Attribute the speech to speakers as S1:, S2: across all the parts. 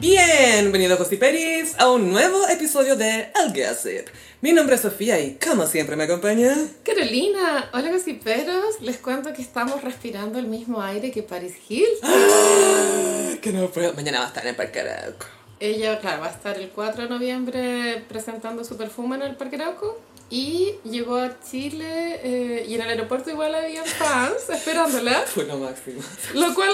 S1: Bienvenido Gossiperis a un nuevo episodio de El Gossip. Mi nombre es Sofía y como siempre me acompaña...
S2: Carolina, hola gossiperos, les cuento que estamos respirando el mismo aire que Paris Hill.
S1: Que no puedo... Mañana va a estar en el Parque Arauco.
S2: Ella, claro, va a estar el 4 de noviembre presentando su perfume en el Parque Arauco. Y llegó a Chile eh, y en el aeropuerto igual había fans esperándola.
S1: Fue lo máximo.
S2: Lo cual,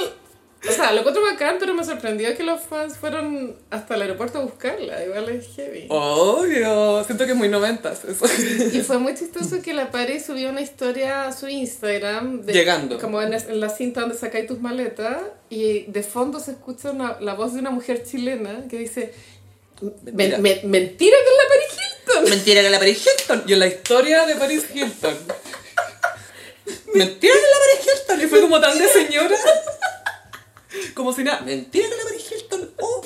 S2: o sea, lo encuentro bacán, pero me sorprendió que los fans fueron hasta el aeropuerto a buscarla. Igual es
S1: Oh,
S2: heavy.
S1: Obvio, siento que es muy noventas eso.
S2: Y fue muy chistoso que la Pari subió una historia a su Instagram. de-
S1: Llegando.
S2: Como en, es- en la cinta donde sacáis tus maletas. Y de fondo se escucha una- la voz de una mujer chilena que dice:
S1: Mentira.
S2: Mentira, mentira que es la Paris Hilton.
S1: Mentira que la Paris Hilton. Y en la historia de Paris Hilton. Mentira que la Paris Hilton. Y fue como tan de señora. Como si nada. Mentira que la Paris Hilton. Oh.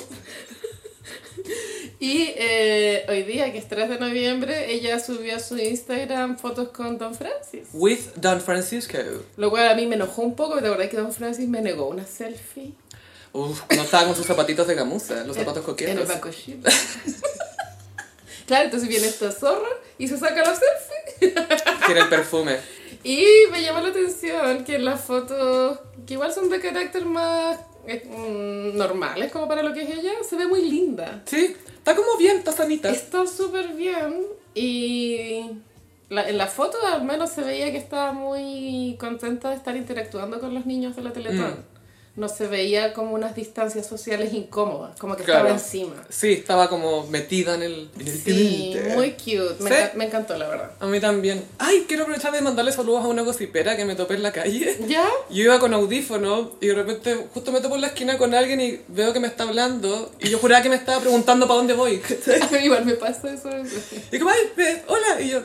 S2: Y eh, hoy día, que es 3 de noviembre, ella subió a su Instagram fotos con Don Francis.
S1: With Don Francisco.
S2: Lo cual a mí me enojó un poco, ¿te acordás que Don Francis me negó una selfie?
S1: Uf, no estaba con sus zapatitos de gamuza, los zapatos
S2: En- En el
S1: coquetos.
S2: Banco Chile. claro, entonces viene esta zorra y se saca la selfie.
S1: Tiene el perfume.
S2: Y me llamó la atención que en las fotos, que igual son de carácter más eh, mm, normales como para lo que es ella, se ve muy linda.
S1: Sí, está como bien, está sanita.
S2: Está súper bien y la- en la foto al menos se veía que estaba muy contenta de estar interactuando con los niños de la Teletón.
S1: Mm.
S2: No se veía como unas distancias sociales incómodas, como que
S1: Claro.
S2: estaba encima.
S1: Sí, estaba como metida en el. en el
S2: Sí,
S1: tinte.
S2: muy cute. Me,
S1: Sí.
S2: enca- me encantó, la verdad.
S1: A mí también. Ay, quiero aprovechar de mandarle saludos a una gocipera que me topé en la calle.
S2: ¿Ya?
S1: Yo iba con audífono y de repente justo me topo en la esquina con alguien y veo que me está hablando y yo juraba que me estaba preguntando para dónde voy. ¿cachai?
S2: A mí igual me pasa eso.
S1: Y como, ay, pe- hola, y yo,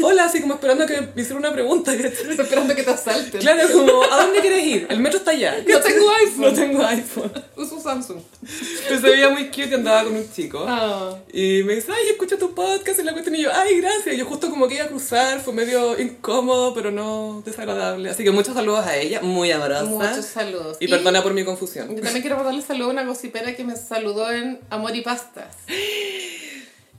S1: hola, así como esperando que me hiciera una pregunta. ¿cachai?
S2: Estoy esperando que te asalten.
S1: Claro, como, ¿a dónde quieres ir? El metro está allá.
S2: No tengo iPhone.
S1: No tengo iPhone.
S2: Uso Samsung.
S1: Pero se veía muy cute y andaba con un chico.
S2: Ah.
S1: Y me dice, ay, escucho tu podcast y la cuestión. Y yo, ay, gracias. Y yo justo como que iba a cruzar, fue medio incómodo, pero no desagradable. Así que muchos saludos a ella, muy amorosa.
S2: Muchos saludos.
S1: Y perdona por mi confusión.
S2: Yo también quiero mandarle saludo a una gocipera que me saludó en Amor y Pastas.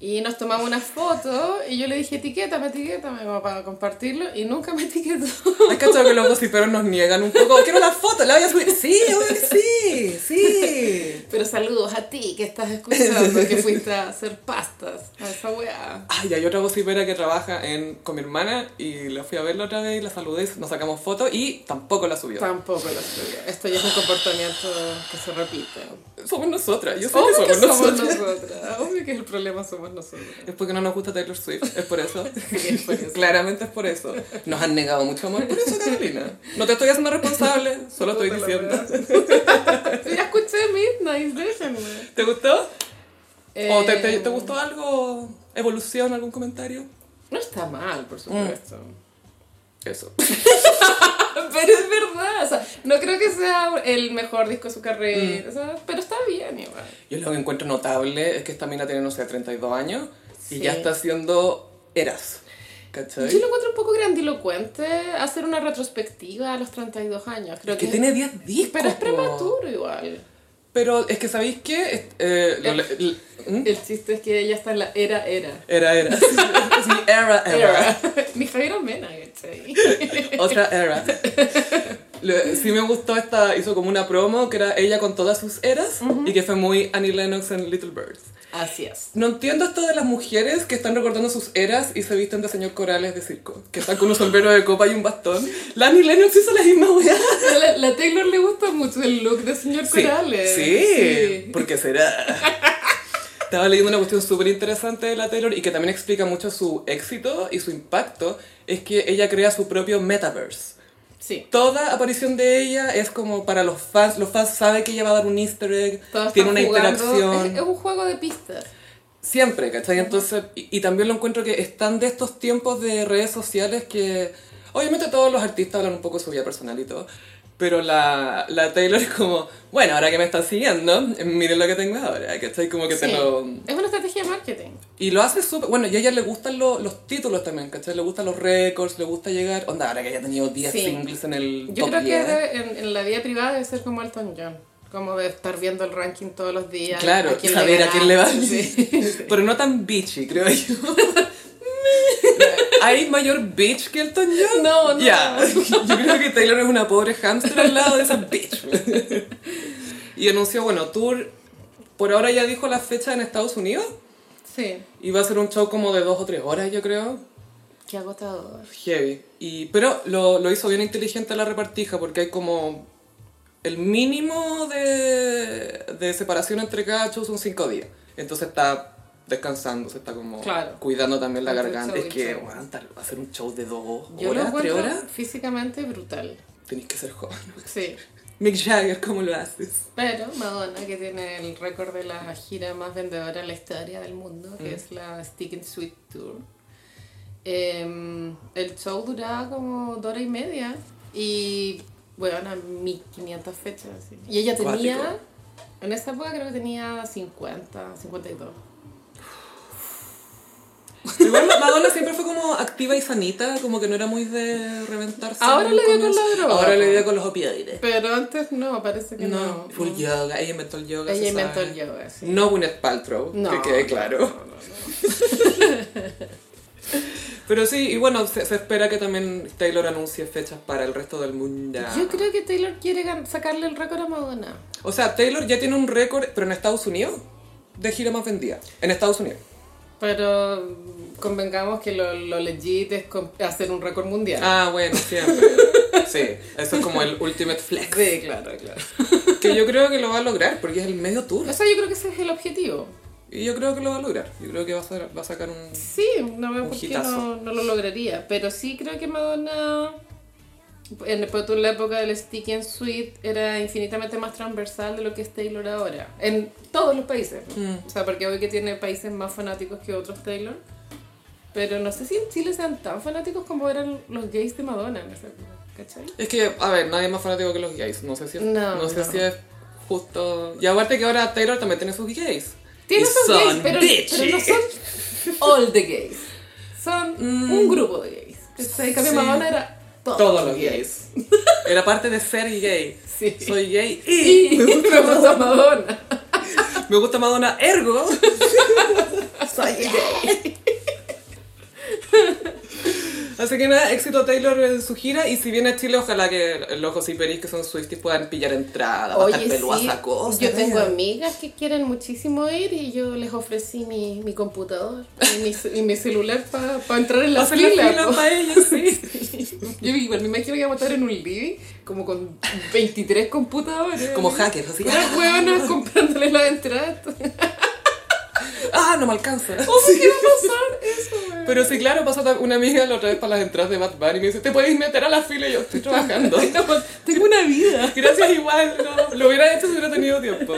S2: Y nos tomamos una foto y yo le dije, etiquétame, etiquétame, como para compartirlo. Y nunca me etiquetó.
S1: Hay cachado que los gossiperos nos niegan un poco. Quiero la foto, la voy a subir. Sí, obvio que sí, sí.
S2: Pero saludos a ti que estás escuchando, que fuiste a hacer pastas. A esa weá.
S1: Ay, hay otra gossipera que trabaja en, con mi hermana y la fui a verla otra vez y la saludé, nos sacamos fotos y tampoco la subió.
S2: Tampoco lo suyo. Esto ya es un comportamiento que se repite.
S1: Somos nosotras, yo sé
S2: Obvio
S1: que somos nosotras.
S2: nosotras. Obvio que el problema somos nosotras.
S1: Es porque no nos gusta Taylor Swift, es por eso.
S2: es por eso.
S1: Claramente es por eso. Nos han negado mucho amor, por eso, Carolina. No te estoy haciendo responsable, solo estoy
S2: Puta la
S1: diciendo.
S2: weá. Ya escuché Midnight, déjenme.
S1: ¿Te gustó? ¿O te, te-
S2: Eh,
S1: te gustó algo? ¿Evolución? ¿Algún comentario?
S2: No está mal,
S1: Mm.
S2: por supuesto.
S1: Eso.
S2: Pero es verdad, o sea, no creo que sea el mejor disco de su carrera,
S1: Mm.
S2: o sea, pero está bien igual.
S1: Yo lo que encuentro notable es que esta mina tiene, no sé, 32 años y
S2: Sí.
S1: ya está haciendo eras. ¿Cachai?
S2: Yo lo encuentro un poco grandilocuente hacer una retrospectiva a los 32 años, creo
S1: que
S2: que,
S1: tiene 10 discos.
S2: Pero es
S1: po.
S2: prematuro igual.
S1: Pero es que, ¿sabéis qué? Es- eh, lo le- l- ¿Mm?
S2: El chiste es que ella está en la era, era.
S1: Era, era. Es mi era, era.
S2: Era. Mi Javier Mena, ¿cachai?
S1: Otra era. Lo- Sí me gustó esta, hizo como una promo que era ella con todas sus eras y que fue muy Annie Lennox en Little Birds.
S2: Así es.
S1: No entiendo esto de las mujeres que están recordando sus eras y se visten de señor corales de circo, que están con un sombrero de copa y un bastón. Lani Lennox hizo la misma weá.
S2: La, la Taylor le gusta mucho el look de señor Corales.
S1: Sí, porque será. Estaba leyendo una cuestión súper interesante de la Taylor y que también explica mucho su éxito y su impacto, es que ella crea su propio metaverse.
S2: Sí.
S1: Toda aparición de ella es como para los fans, los fans saben que ella va a dar un easter egg,
S2: Todos
S1: tiene una
S2: están jugando-
S1: interacción.
S2: Es, es un juego de pistas.
S1: Siempre, ¿cachai? Entonces, y, y también lo encuentro que están de estos tiempos de redes sociales que obviamente todos los artistas hablan un poco de su vida personal y todo, pero la, la Taylor es como, bueno, ahora que me están siguiendo, miren lo que tengo ahora, ¿cachai? Como que te
S2: Sí.
S1: lo...
S2: Es una estrategia de marketing.
S1: Y lo hace súper, bueno, y a ella le gustan lo- los títulos también, ¿cachai? Le gustan los récords, le gusta llegar, onda, ahora que ella ha tenido 10
S2: Sí.
S1: singles en el
S2: Yo
S1: top
S2: creo que
S1: 10.
S2: debe- en, en la vida privada debe ser como Elton John. Como de estar viendo el ranking todos los días.
S1: Claro,
S2: quién le
S1: saber a quién le va.
S2: ganaste, sí.
S1: Pero no tan bitchy, creo yo. ¿Hay mayor bitch que Elton John?
S2: No, no.
S1: Ya, yo creo que Taylor es una pobre hamster al lado de esa bitch. Y anunció, bueno, tour, por ahora ya dijo la fecha en Estados Unidos.
S2: Sí.
S1: Y va a ser un show como de dos o tres horas, yo creo.
S2: Qué agotador.
S1: Heavy. Y, pero lo, lo hizo bien inteligente la repartija porque hay como el mínimo de, de separación entre cada show son cinco días. Entonces está descansando, se está como
S2: Claro.
S1: cuidando también la
S2: Entre el
S1: garganta.
S2: show y
S1: Es
S2: el
S1: que,
S2: show.
S1: bueno, hacer un show de dos
S2: Yo lo
S1: horas, tres
S2: encuentro
S1: horas,
S2: físicamente brutal.
S1: tenéis que ser joven.
S2: Sí.
S1: Mick Jagger, ¿cómo lo haces?
S2: Pero Madonna, que tiene el récord de la gira más vendedora en la historia del mundo,
S1: Mm.
S2: que es la Stick and Sweet Tour. eh, el show duraba como dos horas y media y, bueno, 1500 fechas. así. Y ella tenía,
S1: Cuático.
S2: en esa época creo que tenía 50, 52.
S1: Igual Madonna siempre fue como activa y sanita, como que no era muy de reventarse.
S2: Ahora le dio con
S1: eso.
S2: la droga.
S1: Ahora le dio con los opioides.
S2: Pero antes no, parece que no.
S1: No, full yoga, ella inventó el yoga.
S2: Ella
S1: se
S2: inventó
S1: sabe.
S2: el yoga, sí.
S1: No Gwyneth Paltrow, que quede claro.
S2: no, no, no.
S1: Pero sí, y bueno, se, se espera que también Taylor anuncie fechas para el resto del mundo.
S2: Yo creo que Taylor quiere gan- sacarle el récord a Madonna.
S1: O sea, Taylor ya tiene un récord, pero en Estados Unidos, de gira más vendida. En Estados Unidos.
S2: Pero mm, convengamos que lo, lo legit es com- hacer un récord mundial.
S1: Ah, bueno, siempre. Sí, eso es como el ultimate flex.
S2: sí, claro, claro.
S1: Que yo creo que lo va a lograr, porque es el medio tour.
S2: O sea, yo creo que ese es el objetivo.
S1: Y yo creo que lo va a lograr. Yo creo que va a, ser- va a sacar un...
S2: Sí, no veo
S1: Un
S2: por qué
S1: hitazo.
S2: no, no lo lograría. Pero sí creo que Madonna, en por ejemplo, la época del Stick and Sweet, era infinitamente más transversal de lo que es Taylor ahora. En todos los países. O sea, porque hoy que tiene países más fanáticos que otros Taylor. Pero no sé si en Chile sean tan fanáticos como eran los gays de Madonna en esa época. ¿Cachai?
S1: Es que, a ver, nadie es más fanático que los gays. No sé si es,
S2: No,
S1: no sé
S2: no.
S1: si es justo... Y aparte que ahora Taylor también tiene sus gays.
S2: Tiene
S1: Y
S2: sus gays,
S1: son
S2: pero, pero no
S1: bitches.
S2: son all the gays. Mm. Son un grupo de gays. ¿cachai? En cambio,
S1: Sí.
S2: Madonna era todos,
S1: Todos los gays. Era parte de ser gay.
S2: Sí.
S1: Soy gay y
S2: Y me gusta Madonna.
S1: me gusta Madonna, ergo.
S2: Soy gay.
S1: Así que nada, éxito Taylor en su gira. Y si viene a Chile, ojalá que los José Peris, que son Swifties, puedan pillar entrada, bajar
S2: Oye,
S1: peluas
S2: sí,
S1: a cosas. eh.
S2: yo tengo amigas que quieren muchísimo ir y yo les ofrecí mi, mi computador y mi, ce- y mi celular para entrar en la
S1: Hacer la
S2: fila.
S1: fila
S2: po.
S1: para ellos, sí.
S2: Yo igual me imagino que vamos a estar en un living como con 23 computadores.
S1: Como hackers, así.
S2: Unas huevonas comprándole las entradas.
S1: ¡Ah, no me alcanza!
S2: ¿Cómo que va a pasar eso, güey?
S1: Pero sí, claro, pasó tam- una amiga la otra vez para las entradas de Bad Bunny y me dice, ¿te puedes meter a la fila? Y yo, estoy trabajando.
S2: Tengo una vida.
S1: Gracias igual, no. Lo hubiera hecho si hubiera tenido tiempo.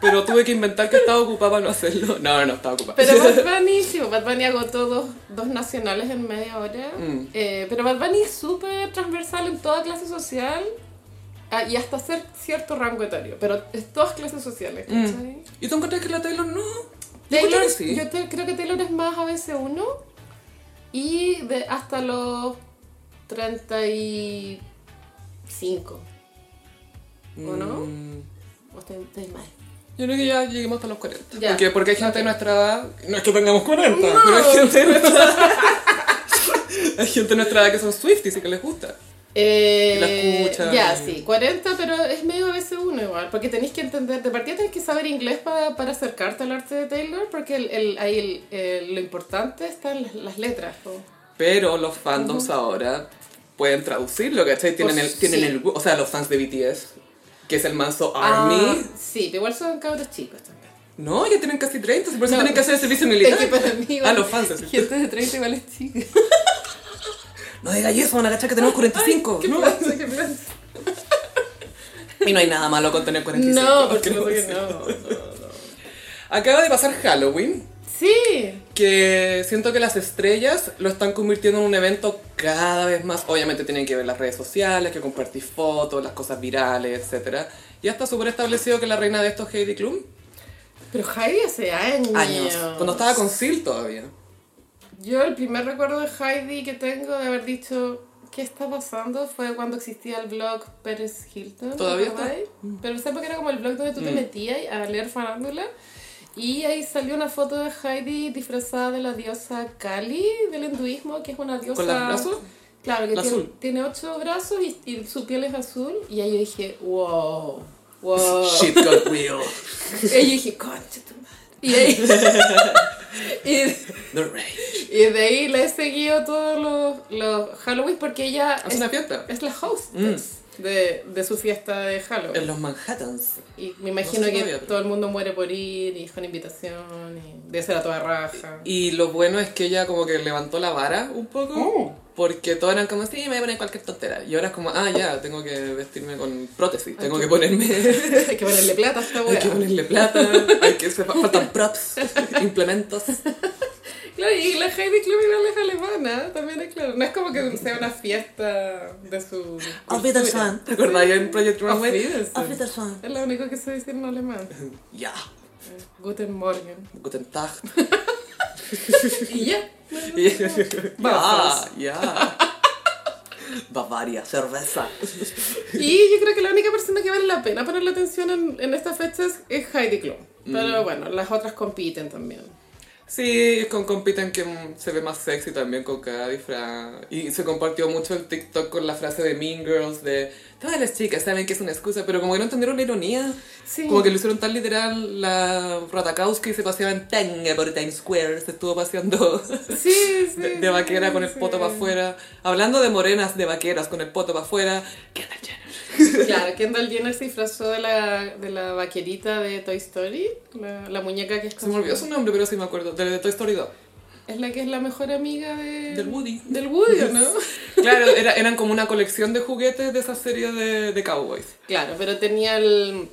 S1: Pero tuve que inventar que estaba ocupada para no hacerlo. No, no, no estaba ocupada.
S2: Pero Bad Bunny, sí, Bad Bunny agotó dos, dos nacionales en media hora.
S1: Mm.
S2: Eh, pero Bad Bunny es súper transversal en toda clase social ah, y hasta hacer cierto rango etario. Pero es todas clases sociales, ¿cachai?
S1: ¿Y tú encontrás que la Taylor no? Mm. Yo creo
S2: Taylor,
S1: que
S2: yo
S1: sí.
S2: te- creo que Taylor es más a veces uno y de hasta los 35. ¿O no?
S1: Mm,
S2: ¿O estoy, estoy mal?
S1: Yo creo que ya lleguemos hasta los 40.
S2: Ya.
S1: Porque, porque hay gente de nuestra edad. No es que tengamos 40,
S2: No.
S1: pero hay gente de nuestra edad. hay gente de nuestra edad que son Swifties y que les gusta.
S2: Eh,
S1: Que la escuchan.
S2: Ya, sí, 40, pero es medio a veces uno igual, porque tenéis que entender, de partida tenéis que saber inglés para, para acercarte al arte de Taylor, porque el, el- ahí el- el- lo importante están las, las letras. po.
S1: Pero los fandoms ahora pueden traducirlo, ¿cachai? Tienen,
S2: Pues
S1: el, tienen
S2: sí.
S1: el. O sea, los fans de BTS, que es el manso
S2: Ah,
S1: Army.
S2: sí, pero igual son cabros chicos también.
S1: No, ya tienen casi 30, por eso
S2: No.
S1: tienen que hacer el servicio militar.
S2: Es que para mí
S1: ah,
S2: igual-
S1: los fans. así.
S2: Gente de 30 igual es chica.
S1: No digas eso, van a cachar que tenemos 45.
S2: ¿Qué
S1: no.
S2: pasa? ¿Qué pasa?
S1: Y no hay nada malo con tener 45.
S2: No, porque no
S1: ¿Qué
S2: sé que
S1: pasa?
S2: no.
S1: Acaba de pasar Halloween.
S2: Sí,
S1: que siento que las estrellas lo están convirtiendo en un evento cada vez más. Obviamente tienen que ver las redes sociales, que compartir fotos, las cosas virales, etc. Ya está súper establecido que la reina de esto es Heidi Klum.
S2: pero Heidi hace años.
S1: Años. Cuando estaba con Seal todavía.
S2: Yo el primer recuerdo de Heidi que tengo de haber dicho, que está pasando fue cuando existía el blog Pérez Hilton.
S1: Todavía
S2: ¿te acordáis? Pero esa época era como el blog donde tú te
S1: Mm.
S2: metías a leer farándula. Y ahí salió una foto de Heidi disfrazada de la diosa Kali del hinduismo, que es una diosa...
S1: ¿Con las brazos?
S2: Claro, que
S1: La
S2: tiene,
S1: azul.
S2: tiene ocho brazos y, y su piel es azul. Y ahí yo dije, wow, wow.
S1: Shit got real.
S2: Y yo dije, concha tu madre. Y, ahí- y-
S1: The rage.
S2: y de ahí le he seguido todos los, los Halloween porque ella
S1: Hace una fiesta.
S2: es la host
S1: mm.
S2: de, de su fiesta de Halloween.
S1: En los Manhattans.
S2: Y me imagino
S1: No sé
S2: que
S1: todavía, pero-
S2: todo el mundo muere por ir y es con invitación y de ser a toda raja.
S1: Y lo bueno es que ella como que levantó la vara un poco.
S2: Oh.
S1: Porque todos eran como, sí, me voy a poner cualquier tontera. Y ahora es como, ah, ya, tengo que vestirme con prótesis. Tengo que ponerme...
S2: Hay que ponerle plata a esta
S1: Hay
S2: wea.
S1: que ponerle plata. Hay que... se- Faltan props. Implementos.
S2: Claro, y la Heidi Klum igual es alemana, también es claro. No es como que sea una fiesta de su...
S1: Auf Wiedersehen. ¿Te acordáis en Project
S2: Auf
S1: Runway?
S2: Wiedersehen.
S1: Auf Wiedersehen.
S2: Es lo único que sé decir en alemán.
S1: Ya.
S2: Guten Morgen.
S1: Guten Tag.
S2: Y ya.
S1: Ya, ya. Bavaria, cerveza.
S2: Y yo creo que la única persona que vale la pena ponerle atención en, en estas fechas es Heidi Klum.
S1: Mm.
S2: Pero bueno, las otras compiten también.
S1: Sí, con compiten que mm, se ve más sexy también con cada disfraz. Y se compartió mucho el TikTok con la frase de Mean Girls de todas las chicas saben que es una excusa, pero como que no entendieron la ironía.
S2: Sí.
S1: Como que lo hicieron tan literal, la Ratakowski se paseaba en tanga por Times Square, se estuvo paseando
S2: Sí, sí.
S1: de, de vaquera con el
S2: sí.
S1: poto para afuera. Hablando de morenas de vaqueras con el poto para afuera, Kendall Jenner.
S2: Claro, Kendall Jenner se disfrazó de la, de la vaquerita de Toy Story, la, la muñeca que es
S1: Se me olvidó su nombre, pero sí me acuerdo, de, de Toy Story 2.
S2: Es la que es la mejor amiga de...
S1: Del Woody.
S2: Del Woody, ¿o ¿no?
S1: Claro, era- eran como una colección de juguetes de esa serie de, de cowboys.
S2: Claro, pero tenía el,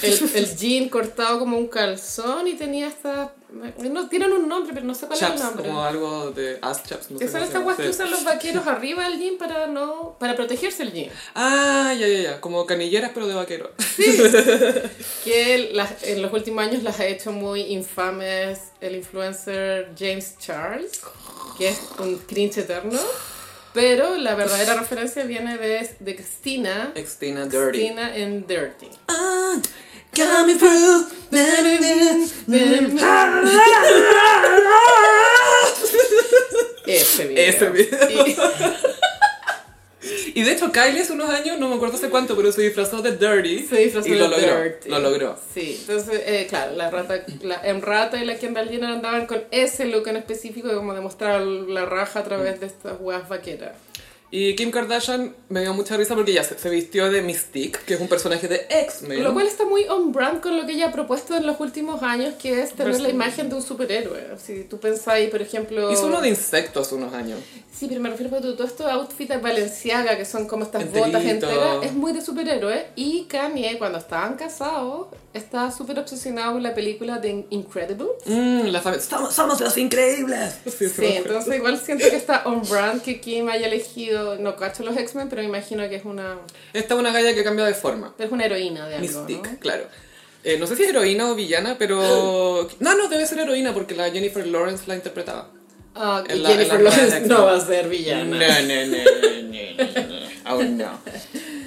S2: el, el jean cortado como un calzón y tenía estas... No, tienen un nombre, pero no sé cuál
S1: Chaps,
S2: es el nombre.
S1: como algo de ass chaps, no sé
S2: Que son
S1: cómo se
S2: estas guas que
S1: llama, sí.
S2: usan los vaqueros arriba del jean para no... para protegerse el jean.
S1: Ah, ya, ya, ya, como canilleras pero de vaquero.
S2: Que las- en los últimos años las ha hecho muy infames el influencer James Charles, que es un cringe eterno. Pero la verdadera referencia viene de, de Christina,
S1: Extina Dirty.
S2: Christina en Dirty.
S1: Coming through.
S2: Ese video.
S1: Ese video.
S2: Y-
S1: Y de hecho, Kylie hace unos años, no me acuerdo hace cuánto, pero se disfrazó de Dirty.
S2: Se disfrazó
S1: y
S2: de
S1: lo logró.
S2: Dirty.
S1: Lo logró.
S2: Sí, entonces, eh, claro, la rata, la Emrata y la Kendall Jenner andaban con ese look en específico, de como demostrar la raja a través de estas huevas vaqueras.
S1: Y Kim Kardashian me dio mucha risa porque ya se, se vistió de Mystique, que es un personaje de X-Men.
S2: Lo cual está muy on brand con lo que ella ha propuesto en los últimos años, que es tener la
S1: Versus-
S2: imagen de un superhéroe. Si tú pensáis, por ejemplo.
S1: Hizo uno de insectos hace unos años.
S2: Sí, pero me refiero a todos estos outfits valenciaga que son como estas botas
S1: Enterito.
S2: enteras. Es muy de superhéroe. Y Kanye, cuando estaban casados, estaba súper obsesionado con la película de Incredible.
S1: Mmm, la fam- ¡Somos, somos los increíbles. Sí,
S2: Sí, entonces igual siento que está on brand que Kim haya elegido, no cacho los X-Men, pero me imagino que es una,
S1: Esta es una galla que cambia de forma.
S2: es una heroína de algo,
S1: Mystique,
S2: ¿no?
S1: claro. Eh, no sé si es heroína o villana, pero... No, no, debe ser heroína porque la Jennifer Lawrence la interpretaba.
S2: Ah, y
S1: En la-
S2: Jennifer
S1: en la
S2: Lawrence
S1: Galaxy.
S2: no va a ser
S1: No, no,
S2: villana.
S1: no, no, no, no, no. Aún no.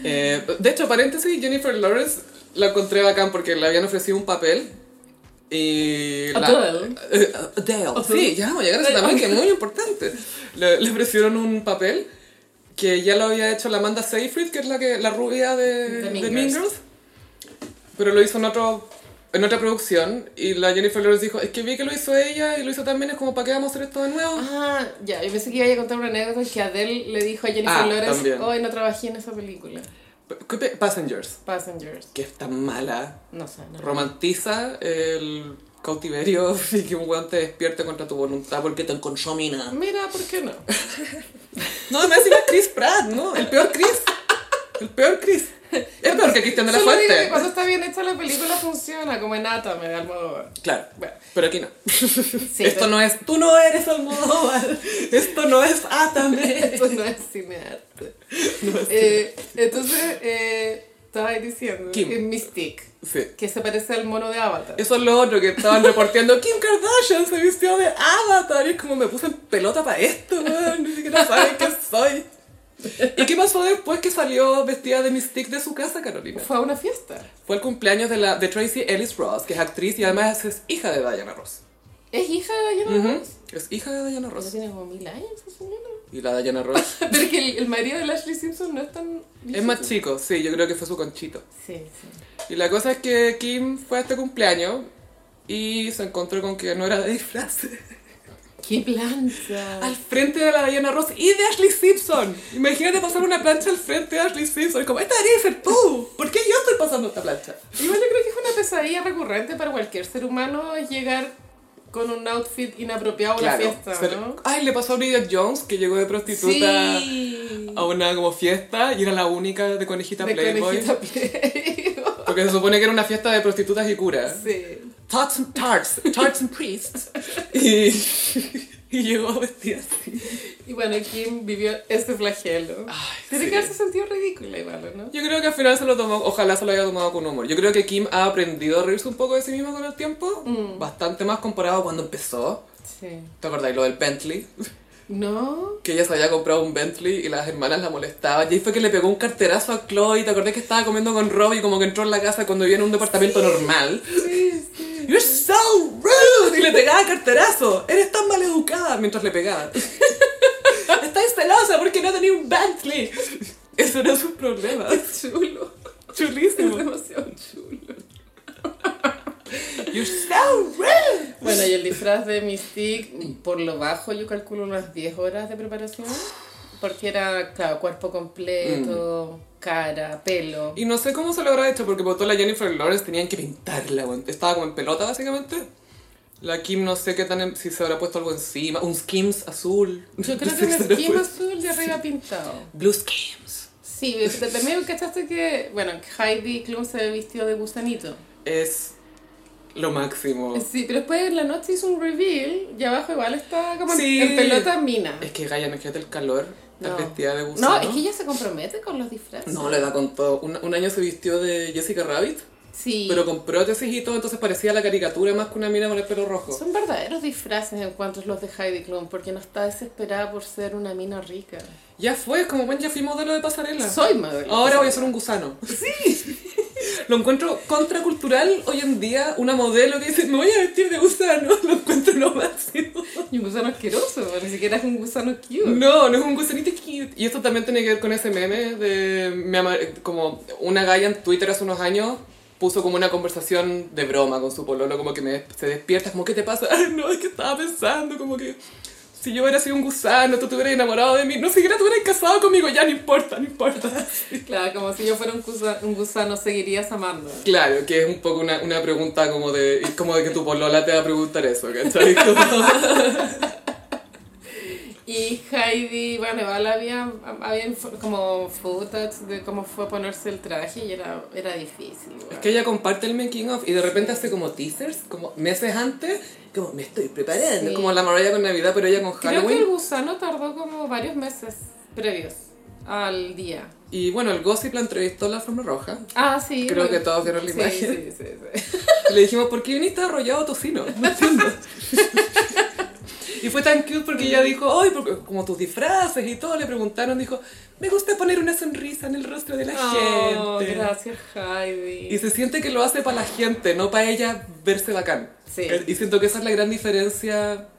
S1: Eh, de hecho, paréntesis, Jennifer Lawrence la encontré bacán porque le habían ofrecido un papel. Y la-
S2: Adele.
S1: Eh, Adele. Sí, ya vamos a llegar a ese tamaño que es muy importante. Le, le ofrecieron un papel que ya lo había hecho la Amanda Seyfried, que es la, que, la rubia de,
S2: De
S1: de
S2: Mean
S1: Mean Girls.
S2: Girls.
S1: Pero lo hizo en, otro, en otra producción y la Jennifer Lawrence dijo, es que vi que lo hizo ella y lo hizo también, es como, ¿para qué vamos a hacer esto de nuevo?
S2: Ah, ya, yo pensé que iba a contar una anécdota que Adele le dijo a Jennifer
S1: Ah,
S2: Lawrence,
S1: también.
S2: hoy no trabajé en esa película,
S1: ¿Qué pe- Passengers,
S2: Passengers.
S1: que es tan mala,
S2: No sé, no.
S1: romantiza el cautiverio y que un weón te despierte contra tu voluntad porque te consomina.
S2: Mira, ¿por qué no?
S1: No, me encima es Chris Pratt, ¿no? El peor Chris. El peor Chris. Es peor que Cristian de la
S2: Solo digo que
S1: Fuente.
S2: cuando está bien hecha la película funciona, como en Atame de Almodóvar.
S1: Claro,
S2: Bueno.
S1: pero aquí no.
S2: Sí,
S1: Esto no es. Tú no eres Almodóvar. Esto no es ah, Atame.
S2: Esto no es cinearte. Eh, entonces, eh, estaba ahí diciendo,
S1: Kim.
S2: eh, Mystique,
S1: Sí.
S2: que se parece al mono de Avatar.
S1: Eso es lo otro que estaban reporteando. Kim Kardashian se vistió de Avatar. Y es como me puse en pelota para esto, weón. Ni siquiera sabes qué soy. ¿Y qué pasó después que salió vestida de Mystique de su casa, Carolina?
S2: Fue a una fiesta.
S1: Fue el cumpleaños de, la, de Tracy Ellis Ross, que es actriz y además es hija de Diana Ross.
S2: ¿Es hija de Diana Ross?
S1: Es hija de Diana
S2: Pero
S1: Ross.
S2: tiene como mil años esa señora.
S1: Y la Diana Ross
S2: Pero es que el, el marido de Ashley Simpson no es tan...
S1: es más chico, sí, yo creo que fue su conchito.
S2: Sí, sí.
S1: Y la cosa es que Kim fue a este cumpleaños y se encontró con que no era de disfraz.
S2: ¡Qué plancha!
S1: Al frente de la Diana Ross y de Ashley Simpson. Imagínate pasar una plancha al frente de Ashley Simpson. Es como, esta debería ser tú. ¿Por qué yo estoy pasando esta plancha?
S2: Igual yo creo que es una pesadilla recurrente para cualquier ser humano es llegar con un outfit inapropiado a una fiesta,
S1: se-
S2: ¿no?
S1: Ay, le pasó a Bridget Jones que llegó de prostituta
S2: Sí.
S1: a una como fiesta y era la única de conejita
S2: De
S1: Playboy.
S2: conejita Playboy.
S1: Porque se supone que era una fiesta de prostitutas y curas.
S2: sí.
S1: Tarts and Tarts, Tarts and Priests. Y, y llegó vestida así.
S2: Y bueno, Kim vivió este flagelo.
S1: Ay,
S2: Tiene
S1: sí.
S2: que haberse sentido ridícula igual, ¿no?
S1: Yo creo que al final se lo tomó, ojalá se lo haya tomado con humor. Yo creo que Kim ha aprendido a reírse un poco de sí misma con el tiempo,
S2: Mm.
S1: bastante más comparado a cuando empezó.
S2: Sí.
S1: ¿Te acordáis lo del Bentley?
S2: ¿No?
S1: Que ella se había comprado un Bentley y las hermanas la molestaban. Y ahí fue que le pegó un carterazo a Chloe. ¿Te acordás que estaba comiendo con Rob y como que entró en la casa cuando vivía en un departamento normal?
S2: Sí, sí.
S1: You're so rude. Y le pegaba carterazo. Eres tan maleducada mientras le pegaba. Estás celosa porque no tenía un Bentley. Eso era su problema.
S2: Chulo. Es
S1: Chulísimo.
S2: demasiado chulo.
S1: You're so rude.
S2: Bueno, y el disfraz de Mystique, por lo bajo, yo calculo unas 10 horas de preparación. Porque era, claro, cuerpo completo, cara, pelo.
S1: Y no sé cómo se lo habrá hecho porque por toda la Jennifer Lawrence tenían que pintarla. weón. Estaba como en pelota básicamente. La Kim no sé qué tan... en- si se habrá puesto algo encima. Un Skims azul.
S2: Yo creo
S1: No
S2: que
S1: sé
S2: un
S1: qué se habrá
S2: esquema
S1: puesto.
S2: azul de arriba pintado.
S1: Blue Skims.
S2: Sí, pero también cachaste que, bueno, que Heidi Klum se vistió de gusanito.
S1: Es lo máximo.
S2: Sí, pero después en la noche hizo un reveal y abajo igual está como en-
S1: Sí.
S2: en pelota mina.
S1: Es que Gaia, imagínate el calor, la
S2: No.
S1: vestida de
S2: No,
S1: gusano.
S2: es que ella se compromete con los disfraces.
S1: No, le da con todo. Un, un año se vistió de Jessica Rabbit,
S2: Sí.
S1: pero con prótesis y todo, entonces parecía la caricatura más que una mina con el pelo rojo.
S2: Son verdaderos disfraces en cuanto a los de Heidi Klum, porque no está desesperada por ser una mina rica.
S1: Ya fue, como bueno, ya fui modelo de pasarela.
S2: Soy modelo.
S1: Ahora voy a ser un gusano. Sí. Lo encuentro contracultural hoy en día, una modelo que dice, me voy a vestir de gusano, lo encuentro lo máximo.
S2: Y un gusano asqueroso, ni siquiera es un gusano cute.
S1: No, no es un gusanito cute. Y esto también tiene que ver con ese meme de... me ama- como una galla en Twitter hace unos años puso como una conversación de broma con su pololo, como que me, se despierta, como, ¿qué te pasa? Ay, no, es que estaba pensando, como que... Si yo hubiera sido un gusano, tú te hubieras enamorado de mí. No, siquiera te hubieras casado conmigo, ya no importa, no importa.
S2: Claro, como si yo fuera un gusano, un gusano seguirías amando.
S1: Claro, que es un poco una, una pregunta como de... y Como de que tu polola te va a preguntar eso, ¿cachai? Como-
S2: Y Heidi, bueno, igual había, había inf- como footage de cómo fue a ponerse el traje y era, era difícil. güey.
S1: Es que ella comparte el making of y de repente hace como teasers, como meses antes, como me estoy preparando,
S2: Sí.
S1: como la Mariah con Navidad, pero ella con
S2: Creo que el
S1: Halloween.
S2: gusano tardó como varios meses previos al día.
S1: Y bueno, el Gossip la entrevistó en la forma roja.
S2: Ah, sí.
S1: Creo
S2: bueno.
S1: que todos vieron la
S2: Sí,
S1: imagen.
S2: Sí, sí, sí.
S1: Le dijimos, ¿por qué viniste arrollado tocino? No entiendo. y fue tan cute porque ella dijo, ay, porque como tus disfraces y todo, le preguntaron, dijo, me gusta poner una sonrisa en el rostro de la
S2: Oh,
S1: gente.
S2: gracias, Heidi.
S1: Y se siente que lo hace para la gente, no para ella verse bacán.
S2: Sí.
S1: Eh, Y siento que esa es la gran diferencia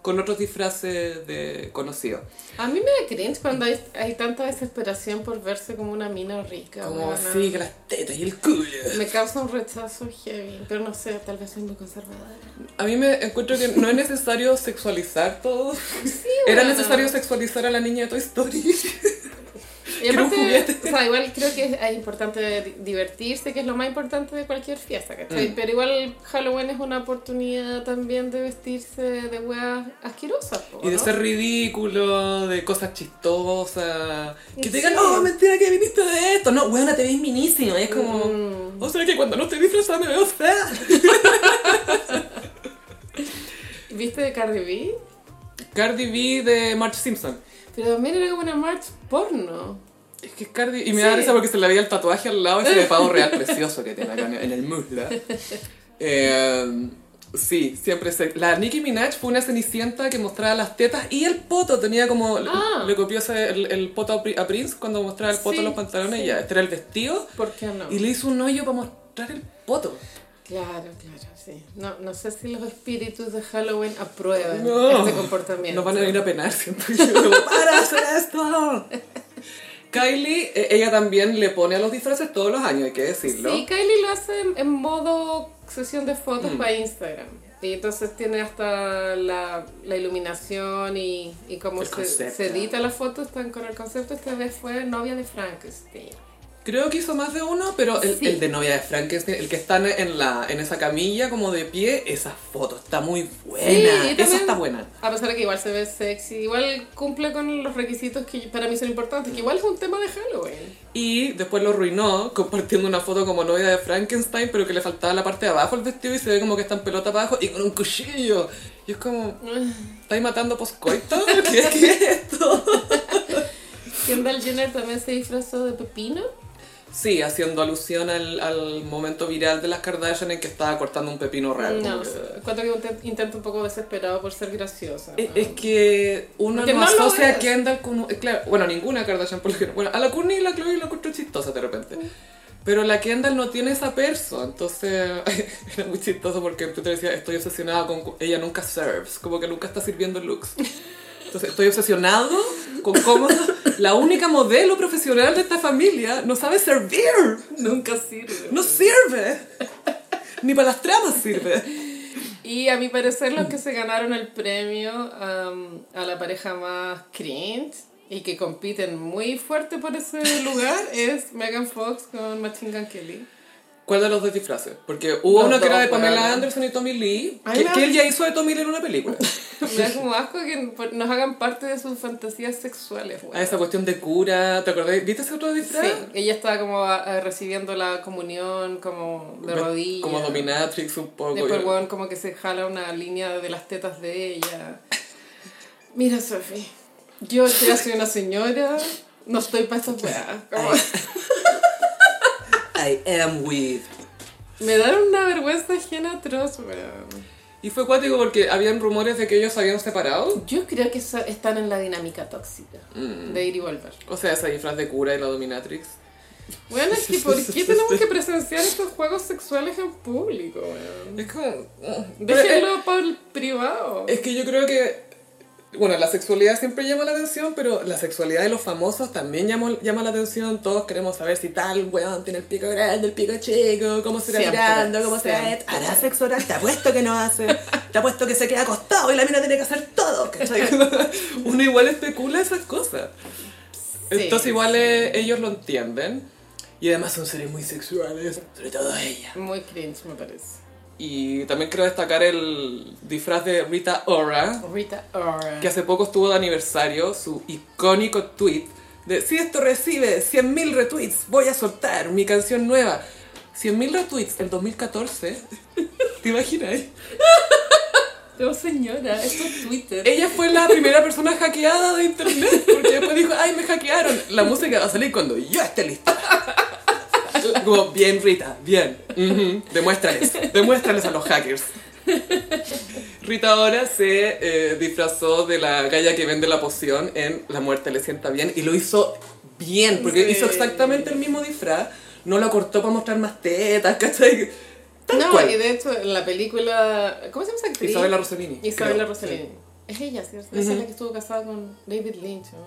S1: con otros disfraces de conocidos.
S2: A mí me da cringe cuando hay, hay tanta desesperación por verse como una mina rica.
S1: Como
S2: weona.
S1: así, que las tetas y el culo.
S2: Me causa un rechazo heavy, pero no sé, tal vez soy muy conservadora.
S1: A mí me encuentro que no es necesario sexualizar todo.
S2: Sí,
S1: Era
S2: weona.
S1: necesario sexualizar a la niña de Toy Story.
S2: Y
S1: Quiero un
S2: aparte,
S1: juguete.
S2: o sea, igual creo que es importante di- divertirse, que es lo más importante de cualquier fiesta,
S1: Mm.
S2: ¿cachai? Pero igual Halloween es una oportunidad también de vestirse de weas asquerosas, po,
S1: Y de
S2: ¿no?
S1: ser ridículo, de cosas chistosas. Que te digan,
S2: Sí.
S1: oh, mentira que viniste de esto. No, weona, te ves minísima. Y es como, "Oh".
S2: Mm.
S1: o sea que cuando no estoy disfrazada me veo fea.
S2: ¿Viste de Cardi B?
S1: Cardi B de Marge Simpson.
S2: Pero también era como una march porno.
S1: Es que es Cardi. Y me da
S2: Sí.
S1: risa porque se le veía el tatuaje al lado ese de pavo real precioso que tiene acá en el muslo. Eh, Sí, siempre se... La Nicki Minaj fue una cenicienta que mostraba las tetas y el poto. Tenía como...
S2: Ah.
S1: Le copió ese- el, el poto a Pri- a Prince cuando mostraba el poto
S2: Sí,
S1: en los pantalones
S2: sí.
S1: y ya. Este era el vestido.
S2: ¿Por qué no?
S1: Y le hizo un hoyo para mostrar el poto.
S2: Claro, claro, sí. No, no sé si los espíritus de Halloween aprueban
S1: No.
S2: este comportamiento.
S1: Nos van a venir a penar, siento yo. ¡Para hacer esto! Kylie, eh, ella también le pone a los disfraces todos los años, hay que decirlo.
S2: Sí, Kylie lo hace en, en modo sesión de fotos
S1: Mm.
S2: para Instagram. Y entonces tiene hasta la, la iluminación y, y cómo
S1: El
S2: se,
S1: concepto.
S2: se edita la foto, están con el concepto. Esta vez fue novia de Frankenstein.
S1: Creo que hizo más de uno, pero el,
S2: Sí.
S1: el de novia de Frankenstein, el que está en, en la, en esa camilla como de pie, esa foto está muy buena.
S2: Sí, y
S1: Esa
S2: también-
S1: está buena.
S2: A pesar de que igual se ve sexy, igual cumple con los requisitos que para mí son importantes, que igual es un tema de Halloween.
S1: Y después lo arruinó compartiendo una foto como novia de Frankenstein, pero que le faltaba la parte de abajo el vestido y se ve como que está en pelota para abajo y con un cuchillo. Y es como, ¿estáis matando poscoito? ¿Qué, ¿Qué es esto?
S2: Kendall Jenner también se disfrazó de pepino.
S1: Sí, haciendo alusión al, al momento viral de las Kardashian en que estaba cortando un pepino real.
S2: No,
S1: como que-
S2: cuento que un te- intento un poco desesperado por ser graciosa.
S1: Es,
S2: ¿no?
S1: Eh, es que uno
S2: Porque
S1: no,
S2: no lo
S1: asocia a
S2: es.
S1: Kendall con... eh, Claro, bueno, ninguna Kardashian, por lo general. Bueno, a la Kourtney y la Chloe la encuentro chistosa de repente. Pero la Kendall no tiene esa perso, entonces era muy chistoso porque tú te decías, estoy obsesionada con... cu- Ella nunca serves, como que nunca está sirviendo looks. Entonces estoy obsesionado con cómo la única modelo profesional de esta familia no sabe servir.
S2: Nunca sirve.
S1: No sirve. Ni para las tramas sirve.
S2: Y a mi parecer los que se ganaron el premio am, a la pareja más cringe y que compiten muy fuerte por ese lugar es Megan Fox con Machine Gun Kelly.
S1: ¿Cuál de los dos disfraces? Porque hubo
S2: Los
S1: uno que era
S2: dos,
S1: de Pamela
S2: weona.
S1: Anderson y Tommy Lee,
S2: Ay,
S1: que,
S2: me-
S1: que él ya hizo de Tommy Lee en una película.
S2: Me da como asco que por- nos hagan parte de sus fantasías sexuales.
S1: A
S2: güey.
S1: esa cuestión de cura, ¿te acordás? ¿Viste ese otro disfraz?
S2: Sí, ella estaba como ah, recibiendo la comunión como de rodillas.
S1: Pues, Como dominatrix un poco.
S2: Después,
S1: yo-
S2: weón, como que se jala una línea de las tetas de ella. Mira, Sophie, yo ya soy una señora, no estoy para esas weas. Como-
S1: I am with.
S2: Me dan una vergüenza ajena atroz, weón.
S1: Y fue cuático porque habían rumores de que ellos se habían separado.
S2: Yo creo que so- están en la dinámica tóxica
S1: Mm.
S2: de ir y volver.
S1: O sea, ese disfraz de cura y la dominatrix.
S2: Bueno, es que ¿por qué tenemos que presenciar estos juegos sexuales en público, weón?
S1: Es como... oh. Pero es-
S2: Déjenlo por el privado.
S1: Es que yo creo que, bueno, la sexualidad siempre llama la atención, pero la sexualidad de los famosos también llamó- llama la atención. Todos queremos saber si tal weón tiene el pico grande, el pico chico, cómo será
S2: Siempre,
S1: mirando, cómo será...
S2: siempre.
S1: Hará sexo oral, te apuesto que no hace. Te apuesto que se queda acostado y la mina tiene que hacer todo. ¿cachai? Uno igual especula esas cosas.
S2: Sí.
S1: Entonces igual eh, ellos lo entienden. Y además son seres muy sexuales, sobre todo ella.
S2: Muy cringe, me parece.
S1: Y también quiero destacar el disfraz de Rita Ora,
S2: Rita Ora.
S1: que hace poco estuvo de aniversario, su icónico tweet de si esto recibe 100.000 retweets, voy a soltar mi canción nueva. 100.000 retweets en 2014. ¿Te imaginas?
S2: Oh, señora, esto es Twitter.
S1: Ella fue la primera persona hackeada de internet porque después dijo, ay, me hackearon. La música va a salir cuando yo esté lista. Como, bien Rita, bien. Ujú, Demuéstrales, demuéstrales a los hackers. Rita ahora se eh, disfrazó de la galla que vende la poción en La muerte le sienta bien y lo hizo bien porque
S2: Sí.
S1: hizo exactamente el mismo disfraz. No lo cortó para mostrar más tetas, ¿cachai? Tal
S2: no,
S1: cual.
S2: y de hecho, en la película. ¿Cómo se llama esa actriz?
S1: Isabela Rossellini.
S2: Isabela
S1: creo.
S2: Rossellini. Es ella, ¿cierto? Esa es la que estuvo casada con David Lynch, ¿no?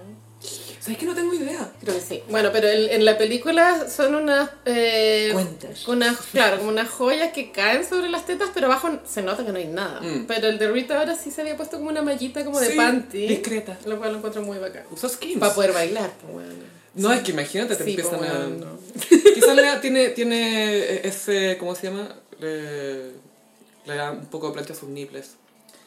S1: ¿Sabes que no tengo idea?
S2: Creo que sí. Bueno, pero en, en la película son unas... eh,
S1: Cuentas.
S2: Unas, claro, como unas joyas que caen sobre las tetas, pero abajo se nota que no hay nada.
S1: Mm.
S2: Pero el de Rita ahora sí se había puesto como una mallita como de
S1: Sí,
S2: panty.
S1: discreta.
S2: Lo cual lo encuentro muy bacán.
S1: Usó skins.
S2: Para poder bailar, pues bueno.
S1: No, es que imagínate, te
S2: Sí,
S1: empiezan
S2: pues,
S1: a...
S2: bueno, no.
S1: Quizás le da- tiene, tiene ese, ¿cómo se llama? Le, le da un poco de plancha a sus nipples.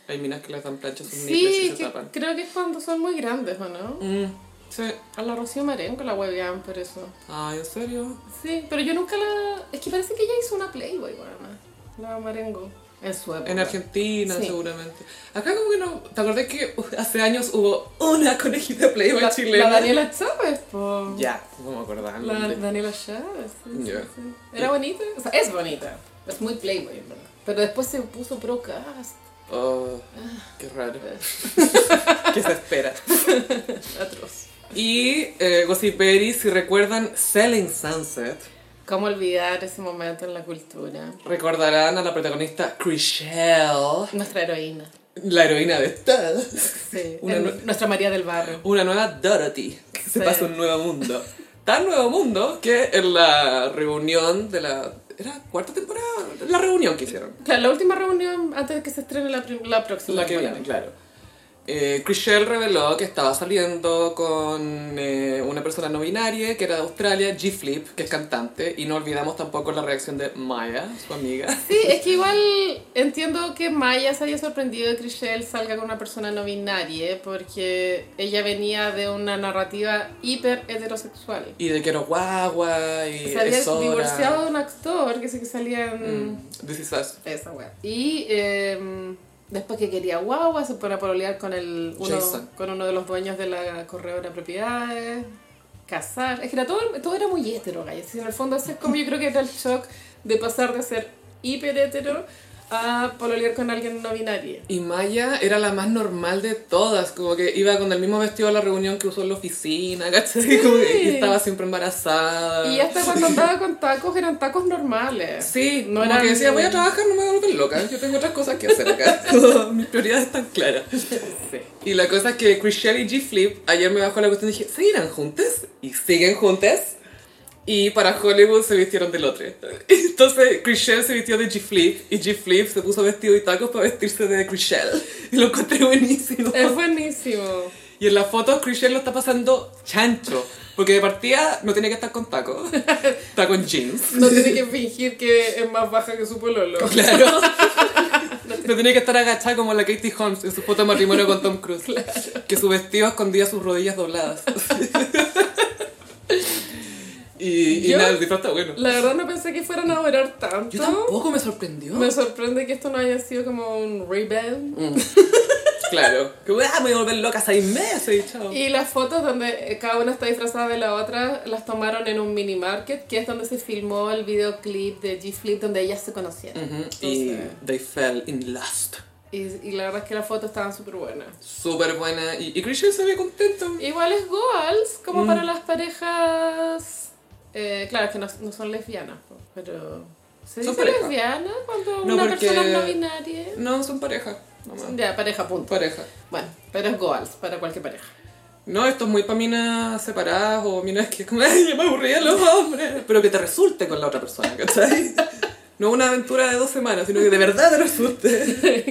S1: Hay minas que les dan plancha a sus nipples y
S2: Sí,
S1: se
S2: que
S1: tapan.
S2: creo que es cuando son muy grandes, ¿o no?
S1: Mm, sí.
S2: A la Rocío Marenco la hueveaban por eso.
S1: Ay, ¿en serio?
S2: Sí, pero yo nunca la... Es que parece que ella hizo una Playboy, bueno, la Marengo. En su época.
S1: En Argentina,
S2: Sí.
S1: seguramente. Acá como que no... ¿Te acordás que uh, hace años hubo una conejita Playboy
S2: La,
S1: chilena?
S2: la Daniela Chávez, po.
S1: Ya, no me acordaba. el
S2: La
S1: nombre.
S2: Daniela Chávez. sí, sí,
S1: Ya.
S2: sí. Era bonita. O sea, es bonita. Es muy Playboy, en verdad. Pero después se puso procast.
S1: Oh, qué raro.
S2: Eh. Ah.
S1: ¿Qué se espera?
S2: Atroz.
S1: Y eh, Gossip Berry, si recuerdan Selling Sunset,
S2: ¿Cómo olvidar ese momento en la cultura?
S1: recordarán a la protagonista Chriselle,
S2: Nuestra heroína.
S1: la heroína de todas.
S2: Sí.
S1: Una
S2: en-
S1: nue-
S2: nuestra María del Barrio.
S1: Una nueva Dorothy, que se
S2: Sí.
S1: pasa a un nuevo mundo. Tan nuevo mundo que en la reunión de la... ¿Era cuarta temporada? La reunión que hicieron.
S2: Claro, la última reunión antes de que se estrene la, prim- la próxima.
S1: La que viene, claro. Eh, Chriselle reveló que estaba saliendo con eh, una persona no binaria que era de Australia, G Flip, que es cantante, y no olvidamos tampoco la reacción de Maya, su amiga.
S2: Sí, es que igual entiendo que Maya se haya sorprendido de que Chriselle salga con una persona no binaria porque ella venía de una narrativa hiper heterosexual.
S1: Y de que era guagua y
S2: Se había
S1: es hora.
S2: divorciado de un actor que sé que salía en
S1: Eh, Mm, This is us.
S2: esa wea. Y eh, después que quería guagua, se pone a pololear con, el, uno,
S1: Jason.
S2: con uno de los dueños de la corredora de propiedades, casar. Es que era todo, todo era muy hetero, gallas. Y En el fondo, ese es como yo creo que era el shock de pasar de ser hiper hetero a pololear con alguien no binario.
S1: Y Maya era la más normal de todas, como que iba con el mismo vestido a la reunión que usó en la oficina, ¿cachai? Como que- y estaba siempre embarazada.
S2: Y hasta cuando andaba con tacos, eran tacos normales.
S1: Ah. Sí, no
S2: No
S1: como
S2: eran-
S1: que decía, voy a trabajar, no me voy a volver loca, yo tengo otras cosas que hacer acá. Mis prioridades están claras. Y la cosa es que Chriselle y G Flip, ayer me bajó la cuestión y dije, ¿seguirán juntas? Y siguen juntas. Y para Hollywood se vistieron del otro. Entonces Chriselle se vistió de G Flip y G Flip se puso vestido y tacos para vestirse de Chriselle. Y lo encontré buenísimo.
S2: Es buenísimo.
S1: Y en las fotos Chriselle lo está pasando chancho. Porque de partida no tenía que estar con tacos. Está con jeans.
S2: No tiene que fingir que es más baja que su pololo.
S1: Claro. No tenía que estar agachada como la Katie Holmes en su foto de matrimonio con Tom Cruise. Que su vestido escondía sus rodillas dobladas. y y
S2: Yo-
S1: nada, el disfraz está bueno.
S2: La verdad no pensé que fueran a adorar tanto.
S1: me sorprendió.
S2: Me sorprende que esto no haya sido como un rebound.
S1: Mm. Claro. Que "Ah, me voy a volver loca seis meses y chao.
S2: Y las fotos donde eh, cada una está disfrazada de la otra las tomaron en un mini market, que es donde se filmó el videoclip de G Flip donde ellas se conocieron.
S1: Ujú, y
S2: Entonces,
S1: they fell in lust.
S2: y, y la verdad es que las fotos estaban súper buenas.
S1: Súper buena. Y, y Christian se ve contento.
S2: Igual es goals como para
S1: Mm.
S2: las parejas. eh, claro, que no, no son lesbianas, po, pero. ¿Se
S1: Son
S2: dice
S1: pareja.
S2: lesbiana cuando
S1: No,
S2: una
S1: porque-
S2: persona es no binaria?
S1: No, son pareja. nomás.
S2: Ya, pareja, punto.
S1: Pareja.
S2: Bueno, pero es goals para cualquier pareja.
S1: No, esto es muy para minas separadas o minas que como, ay, ya me aburrían los hombres. Pero que te resulte con la otra persona, ¿cachai? No una aventura de dos semanas, sino que de verdad te resulte.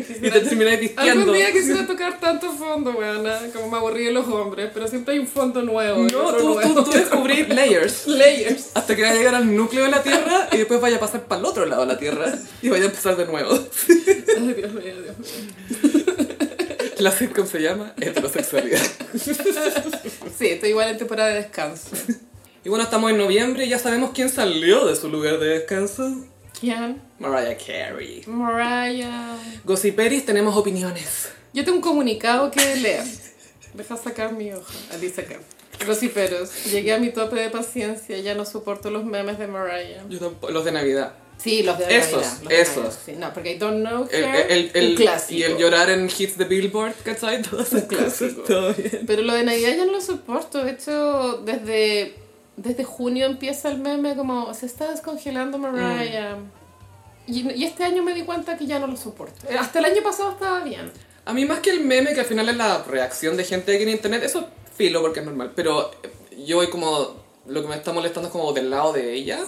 S1: Y te termináis
S2: Algún
S1: pisteando.
S2: día quisiera tocar tanto fondo, weona, como me aburrí de los hombres, pero siempre hay un fondo nuevo. y
S1: No,
S2: otro
S1: tú,
S2: nuevo.
S1: tú, tú descubrís layers.
S2: Layers.
S1: Hasta que va a llegar al núcleo de la Tierra y después vaya a pasar para el otro lado de la Tierra y vaya a empezar de nuevo.
S2: Ay, Dios mío, Dios mío.
S1: La sitcom se llama heterosexualidad.
S2: Sí, estoy igual en temporada de descanso.
S1: Y bueno, estamos en noviembre y ya sabemos quién salió de su lugar de descanso.
S2: ¿Quién?
S1: Mariah Carey.
S2: Mariah.
S1: Gossiperis, tenemos opiniones.
S2: Yo tengo un comunicado que leer. Deja sacar mi hoja. Ahí sacar. Rosiperos, llegué a mi tope de paciencia, ya no soporto los memes de Mariah.
S1: Yo tampoco, los de Navidad.
S2: Sí, los de
S1: Esos,
S2: Navidad, los de
S1: esos.
S2: Navidad, sí. No, porque I don't know
S1: El,
S2: her,
S1: el- el-
S2: un clásico.
S1: y el llorar en hits de Billboard, ¿cachai? Todas esas
S2: Un
S1: cosas,
S2: clásico.
S1: todo bien.
S2: Pero lo de Navidad ya no lo soporto. De hecho, desde, desde junio empieza el meme como se está descongelando Mariah. Y, y este año me di cuenta que ya no lo soporto. Eh, Hasta el año pasado estaba bien.
S1: A mí más que el meme, que al final es la reacción de gente aquí en internet, eso filo porque es normal, pero yo voy como, lo que me está molestando es como del lado de ella,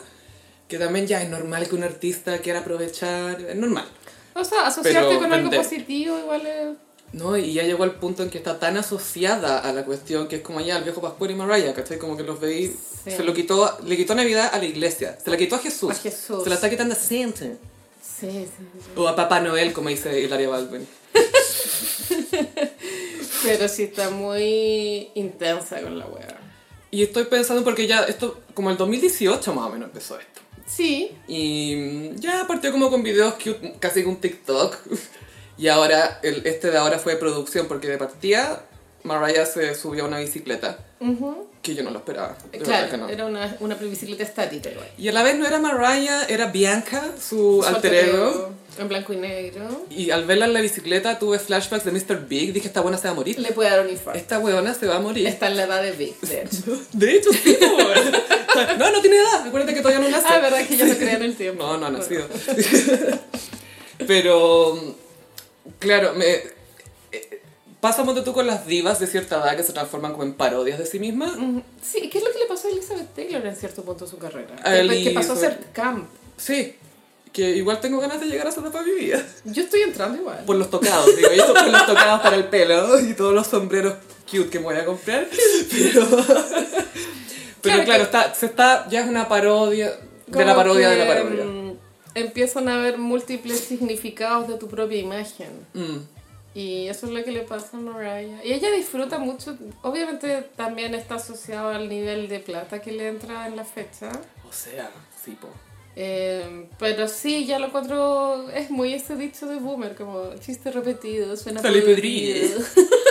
S1: que también ya es normal que un artista quiera aprovechar, es normal.
S2: O sea, asociarte
S1: Pero
S2: con
S1: vender.
S2: algo positivo igual es...
S1: No, y ya llegó al punto en que está tan asociada a la cuestión que es como ya el viejo Pascual y Mariah, ¿cachai? Como que los veis,
S2: Sí.
S1: se lo quitó, le quitó Navidad a la iglesia, se la quitó a Jesús,
S2: A Jesús.
S1: se la está quitando a Santa.
S2: Sí, sí, sí.
S1: O a Papá Noel, como dice Hilaria Baldwin.
S2: Pero sí está muy intensa con la wea.
S1: Y estoy pensando porque ya esto, como el 2018 más o menos empezó esto.
S2: Sí,
S1: Y ya partió como con videos cute, casi un TikTok. Y ahora, el, este de ahora fue de producción, porque de partida Mariah se subió a una bicicleta. Que yo no lo esperaba. de verdad que
S2: claro,
S1: no.
S2: era una, una bicicleta estática igual.
S1: Y a la vez no era Mariah, era Bianca, su,
S2: Su
S1: alter ego.
S2: En blanco y negro.
S1: Y al verla en la bicicleta tuve flashbacks de Mr. Big. Dije, esta buena se va a morir.
S2: Le puede dar un infarto.
S1: Esta weona se va a morir.
S2: Está en la edad de Big, de hecho.
S1: De hecho, sí, po, weón. No, no tiene edad. Acuérdate que todavía no nace.
S2: Ah, verdad que yo no creía en el tiempo.
S1: No, no ha
S2: Bueno.
S1: nacido. Pero, claro, me, eh, pasa un montón tú con las divas de cierta edad que se transforman como en parodias de sí Mm, mismas.
S2: Ujú. Sí, ¿qué es lo que le pasó a Elizabeth Taylor en cierto punto de su carrera?
S1: A
S2: Que- Que pasó a
S1: Elizabeth.
S2: ser camp.
S1: Sí, que igual tengo ganas de llegar a esa etapa de mi vida.
S2: Yo estoy entrando igual.
S1: Por los tocados, digo yo, por los tocados para el pelo y todos los sombreros cute que me voy a comprar. Pero, pero
S2: Claro
S1: claro,
S2: que-
S1: está, se está, ya es una parodia de
S2: Como
S1: la parodia de la
S2: que,
S1: parodia.
S2: mm, Empiezan a haber múltiples significados de tu propia imagen.
S1: Mm.
S2: Y eso es lo que le pasa a Mariah. Y ella disfruta mucho. Obviamente también está asociado al nivel de plata que le entra en la fecha.
S1: O sea, sí, po.
S2: Eh, pero sí, ya lo encuentro. Es muy este dicho de Boomer, como chiste repetido, suena
S1: Sale
S2: podrido.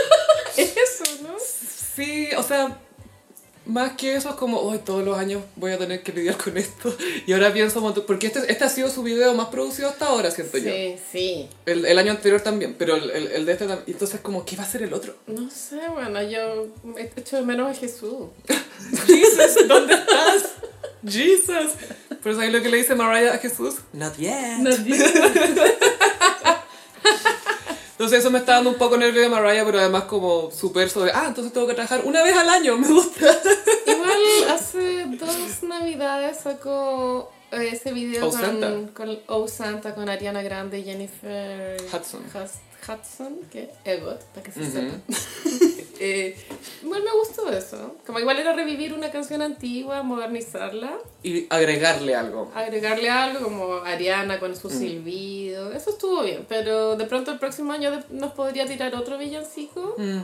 S2: eso, ¿no?
S1: Sí, o sea, más que eso es como, hoy todos los años voy a tener que lidiar con esto. Y ahora pienso, un montón- porque este, este ha sido su video más producido hasta ahora, siento yo.
S2: Sí, sí.
S1: El, el año anterior también, pero el, el- el de este también. Entonces, como, ¿qué va a ser el otro?
S2: No sé, bueno, yo he hecho de menos a Jesús.
S1: Jesus, ¿dónde estás? Jesus. Pero ¿sabes lo que le dice Mariah a Jesús? Not yet. Entonces eso me está dando un poco nervio de Mariah, pero además como súper sobre, ah, entonces tengo que trabajar una vez al año, me gusta.
S2: Igual hace dos navidades sacó eh, ese video
S1: Oh,
S2: con,
S1: Santa.
S2: con Oh Santa, con Ariana Grande y Jennifer
S1: Hudson.
S2: Hus- Hudson, que Egot, para que se
S1: Ujú.
S2: sepa. Eh, igual me gustó eso. Como igual era revivir una canción antigua, modernizarla,
S1: Y agregarle algo.
S2: Ah. agregarle algo como Ariana con su silbido. Eso estuvo bien, pero de pronto el próximo año de- nos podría tirar otro villancico
S1: Mm.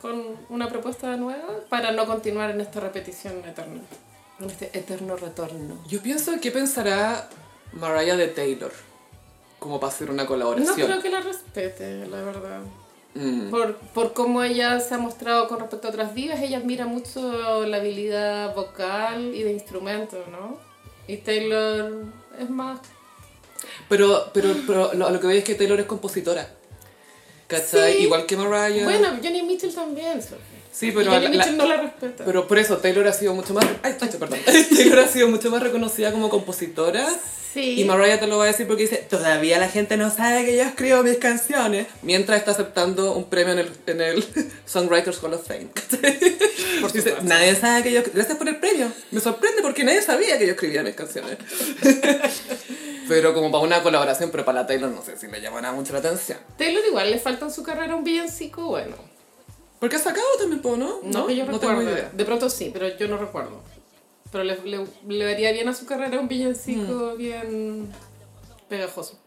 S2: con una propuesta nueva para no continuar en esta repetición eterna. En este eterno retorno.
S1: Yo pienso qué pensará Mariah de Taylor como para hacer una
S2: No
S1: colaboración.
S2: creo que la respete, la verdad.
S1: Mm.
S2: Por, por cómo ella se ha mostrado con respecto a otras divas, ella admira mucho la habilidad vocal y de instrumento, ¿no? Y Taylor es más...
S1: Pero, pero, pero lo, lo que veis es que Taylor es compositora. ¿Cachai?
S2: Sí.
S1: Igual que Mariah.
S2: Bueno, Johnny Mitchell también, Sophie.
S1: sí,
S2: Y
S1: pero,
S2: Johnny
S1: la- la-
S2: Mitchell no la respeta.
S1: pero por eso Taylor ha sido mucho más. Ay, ay, perdón. Taylor ha sido mucho más reconocida como compositora.
S2: sí.
S1: Y Mariah te lo va a decir porque dice, todavía la gente no sabe que yo escribo mis canciones. Mientras está aceptando un premio en el, en el Songwriters Hall of Fame. Por si dice, nadie sabe que yo... Gracias por el premio. Me sorprende porque nadie sabía que yo escribía mis canciones. pero como para una colaboración, pero para la Taylor no sé si le llamará mucho la atención.
S2: Taylor igual le falta en su carrera un villancico bueno.
S1: Porque ha sacado también, po, ¿no?
S2: No, que yo
S1: no
S2: recuerdo.
S1: tengo idea.
S2: De pronto sí, pero yo no recuerdo. Pero le, le, le daría bien a su carrera un villancico
S1: Mm.
S2: bien pegajoso.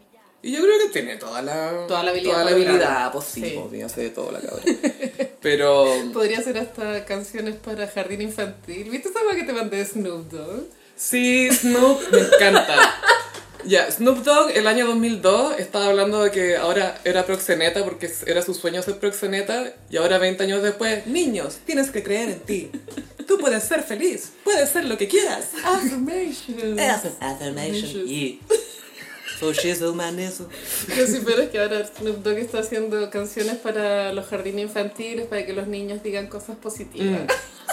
S1: Y yo creo que tiene toda la...
S2: Toda la habilidad
S1: Toda la
S2: para
S1: habilidad pues
S2: lograrlo.
S1: posible.
S2: Sí.
S1: hace de todo la cabra. Pero...
S2: Podría ser hasta canciones para jardín infantil. ¿Viste esa cosa que te mandé de Snoop Dogg?
S1: Sí, Snoop, me encanta. Ya, Snoop Dogg el año 2002 estaba hablando de que ahora era proxeneta porque era su sueño ser proxeneta y ahora 20 años después, niños, tienes que creer en ti. Tú puedes ser feliz, puedes ser lo que quieras.
S2: Affirmation.
S1: Eh. affirmation. Y
S2: Yo sí, pero es que ahora Snoop Dogg está haciendo canciones para los jardines infantiles, para que los niños digan cosas
S1: Mm.
S2: positivas.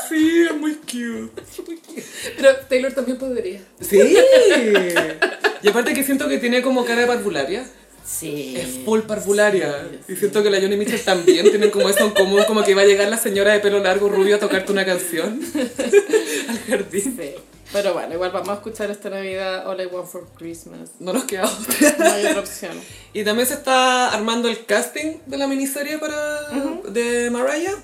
S1: Sí, es muy cute.
S2: Pero Taylor también podría.
S1: Sí. Y aparte que siento que tiene como cara de parvularia.
S2: Sí.
S1: Es full parvularia. Y siento que la Johnny Mitchell también tienen como eso en común, como que va a llegar la señora de pelo largo rubio a tocarte una canción al jardín.
S2: Sí. Pero bueno, igual vamos a escuchar esta Navidad All I Want for Christmas.
S1: No nos queda otra.
S2: No hay otra opción.
S1: Y también se está armando el casting de la miniserie para, de Mariah.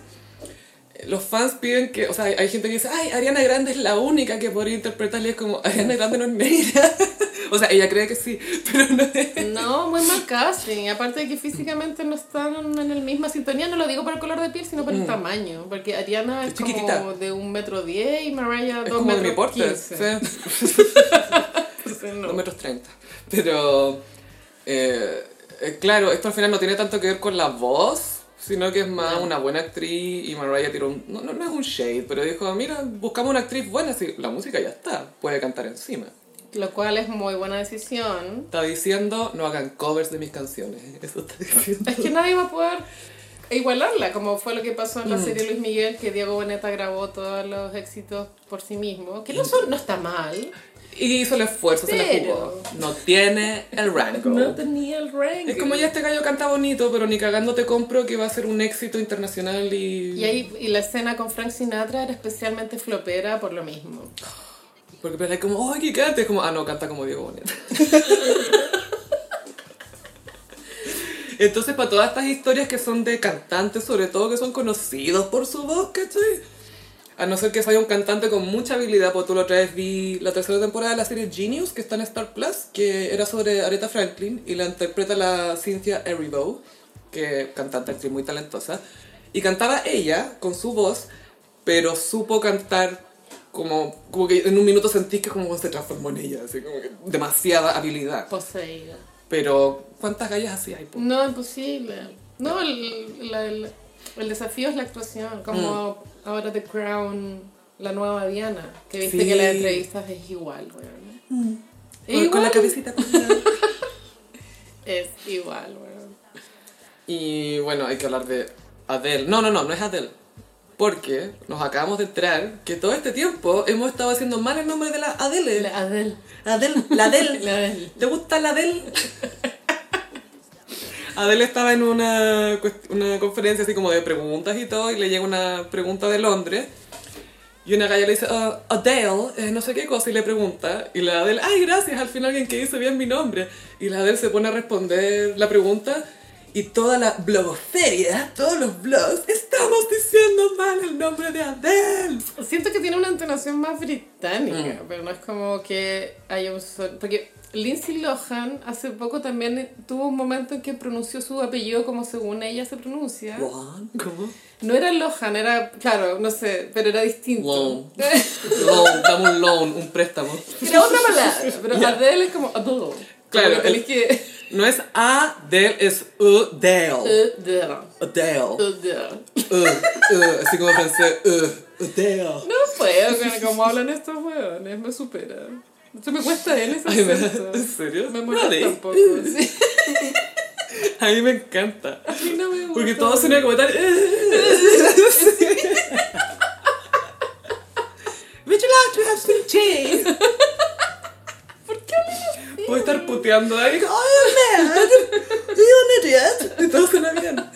S1: Los fans piden que, o sea, hay, hay gente que dice, ay, Ariana Grande es la única que podría interpretar y es como, Ariana Grande no es negra. o sea, ella cree que sí, pero no es.
S2: No, muy mal casting. Aparte de que físicamente no están en la misma sintonía, no lo digo por el color de piel, sino por el tamaño. Porque Ariana es
S1: Es chiquitita.
S2: como de un metro diez y Mariah
S1: Es
S2: dos
S1: como de mi
S2: metros
S1: porte.
S2: quince.
S1: sí.
S2: No.
S1: 2 metros 30. Pero, eh, eh, claro, esto al final no tiene tanto que ver con la voz, sino que es más una buena actriz y Mariah tiró un... No, no, no es un shade, pero dijo, mira, buscamos una actriz buena, si la música ya está, puede cantar encima.
S2: Lo cual es muy buena decisión.
S1: Está diciendo, no hagan covers de mis canciones. Eso está diciendo.
S2: Es que nadie va a poder igualarla, como fue lo que pasó en la serie Luis Miguel, que Diego Boneta grabó todos los éxitos por sí mismo. Que no, son, no está mal.
S1: Y hizo el esfuerzo, se le
S2: Pero-
S1: jugó. No tiene el rango.
S2: No tenía el ranking.
S1: Es como ya este gallo canta bonito, pero ni cagando te compro que va a ser un éxito internacional y...
S2: Y, ahí, y la escena con Frank Sinatra era especialmente flopera por lo mismo.
S1: Porque pensé como, ¡ay, que canta! Es como, ah, no, canta como Diego Boneta. Entonces, para todas estas historias que son de cantantes, sobre todo que son conocidos por su voz, ¿cachai? A no ser que sea un cantante con mucha habilidad, porque tú lo traes, vi la tercera temporada de la serie Genius, que está en Star Plus, que era sobre Aretha Franklin, y la interpreta la Cynthia Erivo, que cantante, actriz muy talentosa. Y cantaba ella, con su voz, pero supo cantar como, como que en un minuto sentís que como se transformó en ella, así como que demasiada habilidad.
S2: Poseída.
S1: Pero, ¿cuántas gallas pues? así hay? po?
S2: No, imposible. No, el, la- el- el desafío es la actuación. Como ahora The Crown, la nueva Diana, que viste
S1: Mm. Sí. Mm.
S2: que las entrevistas es igual, weón. Es
S1: Con- Con la
S2: igual.
S1: cabecita. con la-
S2: Es igual, weón.
S1: Y bueno, hay que hablar de Adele. No, no, no, no es Adele. Porque nos acabamos de enterar que todo este tiempo hemos estado haciendo mal el nombre de la Adele.
S2: La Adele.
S1: Adele, la Adele.
S2: La Adele.
S1: ¿Te gusta la Adele? Adele estaba en una, cuest- una conferencia así como de preguntas y todo, y le llega una pregunta de Londres. Y una galla le dice, "Ah, Adele, eh, no sé qué cosa, y le pregunta. Y la Adele, ay, gracias, al final alguien que dice bien mi nombre. Y la Adele se pone a responder la pregunta. Y toda la blogosferia, todos los blogs, estamos diciendo mal el nombre de Adele.
S2: Siento que tiene una entonación más
S1: Mm.
S2: británica, pero no es como que haya un sol. Porque Lindsay Lohan hace poco también tuvo un momento en que pronunció su apellido como según ella se pronuncia.
S1: Juan, ¿Cómo?
S2: No era Lohan, era, claro, no sé, pero era distinto.
S1: Wow. Loan, dame un loan, un préstamo.
S2: Era otra palabra, pero Adele es como Adele.
S1: Claro,
S2: Como que tenés que...
S1: No es Adele, es Udele.
S2: Adele.
S1: Udele.
S2: Adele.
S1: Uh, uh, así como pensé, uh, Udele.
S2: No puedo con cómo hablan estos hueones, me supera. Esto me cuesta en ese
S1: Ay, me-
S2: acento.
S1: ¿en serio?
S2: Me molesta
S1: Really?
S2: un poco. sí.
S1: A mí me encanta.
S2: A mí no me gusta.
S1: Porque todo suena como tal. Would you like to have some cheese? ¿Por qué Puedo estar puteando ahí. Oh, you're mad. You're an idiot. Y todo suena bien.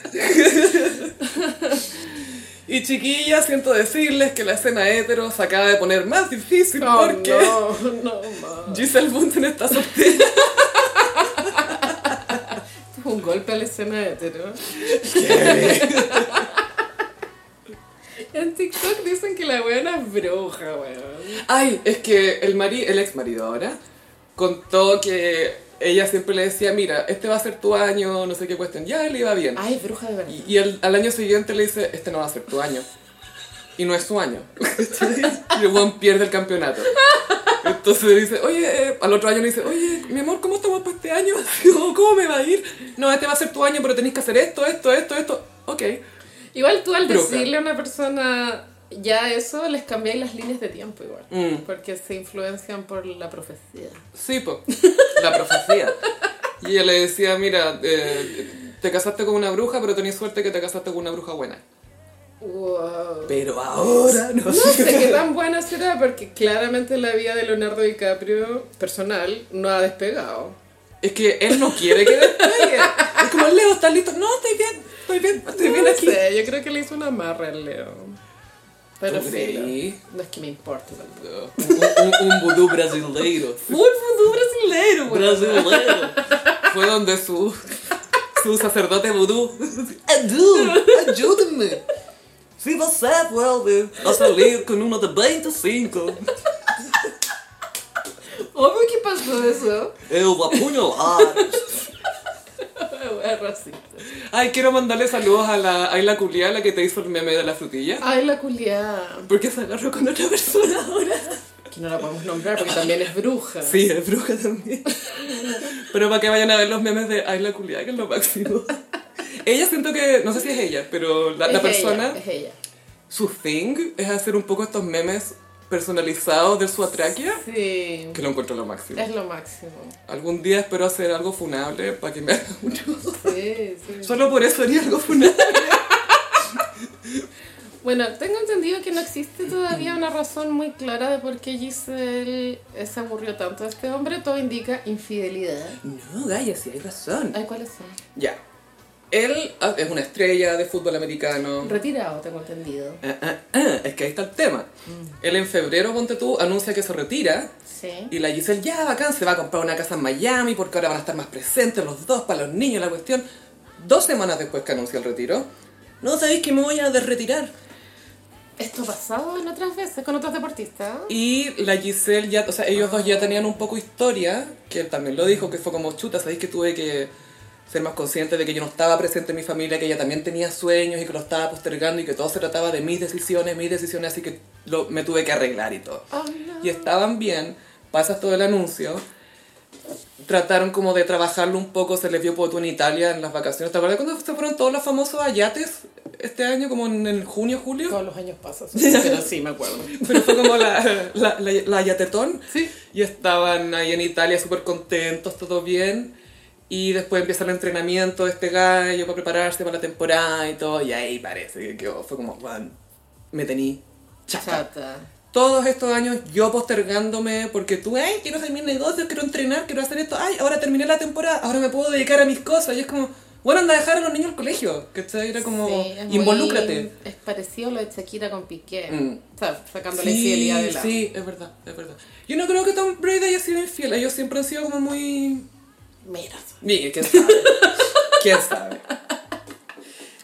S1: Y chiquillas, siento decirles que la escena hetero se acaba de poner más difícil
S2: No,
S1: porque
S2: Oh, no, no, ma.
S1: Giselle Bunten está soltera.
S2: Esto es un golpe a la escena hetero. En TikTok dicen que la weona es bruja, weón.
S1: Ay, es que el, mari el ex marido ahora contó que ella siempre le decía, mira, este va a ser tu año, no sé qué cuestión. Ya le iba bien.
S2: Ay, bruja de verdad.
S1: Y, y el- al año siguiente le dice, este no va a ser tu año. Y no es su año. y el weón pierde el campeonato. Entonces le dice, oye, eh, al otro año le dice, oye, mi amor, ¿cómo estamos para este año? ¿Cómo, cómo me va a ir? No, este va a ser tu año, pero tenés que hacer esto, esto, esto, esto. Ok.
S2: Igual tú al
S1: Bruja.
S2: decirle a una persona ya eso, les cambiáis las líneas de tiempo igual.
S1: Mm.
S2: Porque se influencian por la profecía.
S1: Sí, po. La profecía. Y ella le decía, mira, eh, te casaste con una bruja, pero tenés suerte que te casaste con una bruja buena.
S2: Wow.
S1: Pero ahora no.
S2: No sé qué tan buena será porque claramente la vida de Leonardo DiCaprio personal no ha despegado.
S1: Es que él no quiere que despegue. Es como, Leo, ¿estás listo? No, estoy bien, estoy bien, estoy bien
S2: No
S1: aquí.
S2: sé, yo creo que le hizo una amarra al Leo. Pero
S1: ¿Tú
S2: filo.
S1: creí?
S2: No es que me importe tampoco.
S1: Un, un, un vudú brasileiro.
S2: Un vudú brasileiro, güey.
S1: Brasileiro. Fue donde su, su sacerdote vudú. Ayú, Eh, ayúdenme. Si você vuelve a salir con uno de 25,
S2: Obvio que pasó eso.
S1: eu vou apunhalar.
S2: Es racista.
S1: Ay, quiero mandarle saludos a la Ayla Culia, la que te hizo el meme de la frutilla.
S2: Ay, la culiada.
S1: Porque se agarró con otra persona ahora.
S2: que no la podemos nombrar porque también es bruja.
S1: Sí, es bruja también. pero para que vayan a ver los memes de Ayla Culiá, que es lo máximo. ella siento que, no sé si es ella, pero la,
S2: Es
S1: la
S2: ella,
S1: persona,
S2: es ella.
S1: su thing es hacer un poco estos memes personalizados de su atraquia,
S2: Sí.
S1: que lo encuentro lo máximo.
S2: Es lo máximo.
S1: Algún día espero hacer algo funable para que me hagan uno.
S2: Sí, sí.
S1: Solo por eso haría algo funable.
S2: Bueno, tengo entendido que no existe todavía una razón muy clara de por qué Giselle eh, se aburrió tanto de este hombre. Todo indica infidelidad.
S1: No, Gaya, sí hay razón.
S2: Ay, ¿cuáles son?
S1: Ya. Él ah, es una estrella de fútbol americano.
S2: Retirado, tengo entendido.
S1: Ah, ah, ah, es que ahí está el tema.
S2: Mm.
S1: Él en febrero, ponte tú, anuncia que se retira.
S2: Sí.
S1: Y la Giselle, ya, bacán, se va a comprar una casa en Miami porque ahora van a estar más presentes los dos para los niños, la cuestión. Dos semanas después que anuncia el retiro. No sabéis que me voy a desretirar.
S2: Esto ha pasado en otras veces con otros deportistas.
S1: Y la Giselle ya, o sea, ellos dos ya tenían un poco historia, que él también lo dijo, que fue como chuta, sabéis que tuve que ser más consciente de que yo no estaba presente en mi familia, que ella también tenía sueños y que lo estaba postergando y que todo se trataba de mis decisiones, mis decisiones, así que lo- me tuve que arreglar y todo.
S2: Oh, no.
S1: Y estaban bien, pasas todo el anuncio, trataron como de trabajarlo un poco, se les vio por tú en Italia en las vacaciones, ¿te acuerdas cuando se fueron todos los famosos a yates este año, como en, en junio, julio?
S2: Todos los años pasa, pero sí, me acuerdo.
S1: Pero fue como la, la, la, la yatetón.
S2: Sí.
S1: Y estaban ahí en Italia súper contentos, todo bien. Y después empieza el entrenamiento de este gallo para prepararse para la temporada y todo. Y ahí parece que quedó. Fue como, "Weón, me tení chata.
S2: Chata.
S1: Todos estos años yo postergándome porque tú, ay, quiero hacer mis negocios, quiero entrenar, quiero hacer esto. Ay, ahora terminé la temporada, ahora me puedo dedicar a mis cosas. Y es como, bueno, anda a dejar a los niños al colegio. ¿Cachai? Era como,
S2: Sí, es muy-
S1: involúcrate.
S2: es parecido a lo de Shakira con Piqué.
S1: Mm.
S2: O sea, sacando la infidelidad de la.
S1: Sí, es verdad, es verdad. Yo no creo que Tom Brady haya sido infiel, ellos siempre han sido como muy...
S2: Mira.
S1: Mira, quién sabe. quién sabe.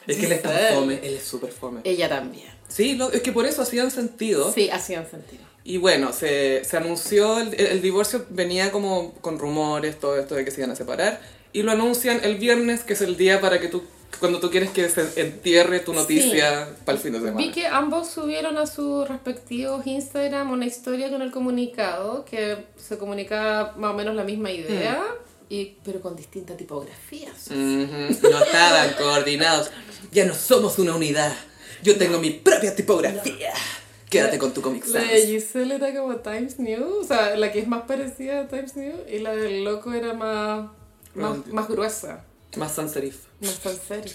S1: Es que él es tan
S2: Giselle.
S1: fome, él es súper fome.
S2: Ella también.
S1: Sí, lo- es que por eso hacían sentido.
S2: Eh, Sí, hacían sentido.
S1: Y bueno, se, se anunció, el, el divorcio venía como con rumores, todo esto de que se iban a separar. Y lo anuncian el viernes, que es el día para que tú, cuando tú quieres que se entierre tu noticia para el fin de semana.
S2: Vi que ambos subieron a sus respectivos Instagram una historia con el comunicado, que se comunicaba más o menos la misma idea, y, pero con distinta tipografía.
S1: Ujú, No estaban coordinados. Ya no somos una unidad. Yo tengo mi propia tipografía. Quédate con tu Comic
S2: La
S1: Sans.
S2: de Giselle era como Times New, o sea, la que es más parecida a Times New, y la del loco era más, más, más gruesa,
S1: Más sans serif.
S2: más tan serio.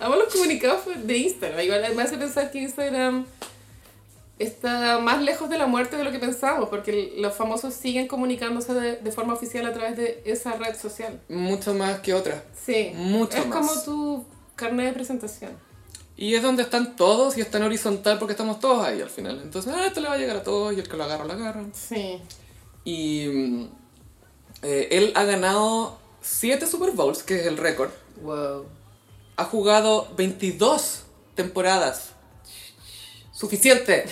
S2: Amo los comunicados de Instagram, igual me hace pensar que Instagram está más lejos de la muerte de lo que pensamos, porque los famosos siguen comunicándose de, de forma oficial a través de esa red social.
S1: Mucho más que otras.
S2: Sí,
S1: Mucho
S2: es
S1: más.
S2: como tu carnet de presentación.
S1: Y es donde están todos y es tan horizontal porque estamos todos ahí al final. Entonces, ah, esto le va a llegar a todos y el que lo agarra, lo agarra.
S2: Sí.
S1: Y mm, eh, él ha ganado 7 Super Bowls, que es el récord.
S2: Wow.
S1: Ha jugado 22 temporadas. Suficiente.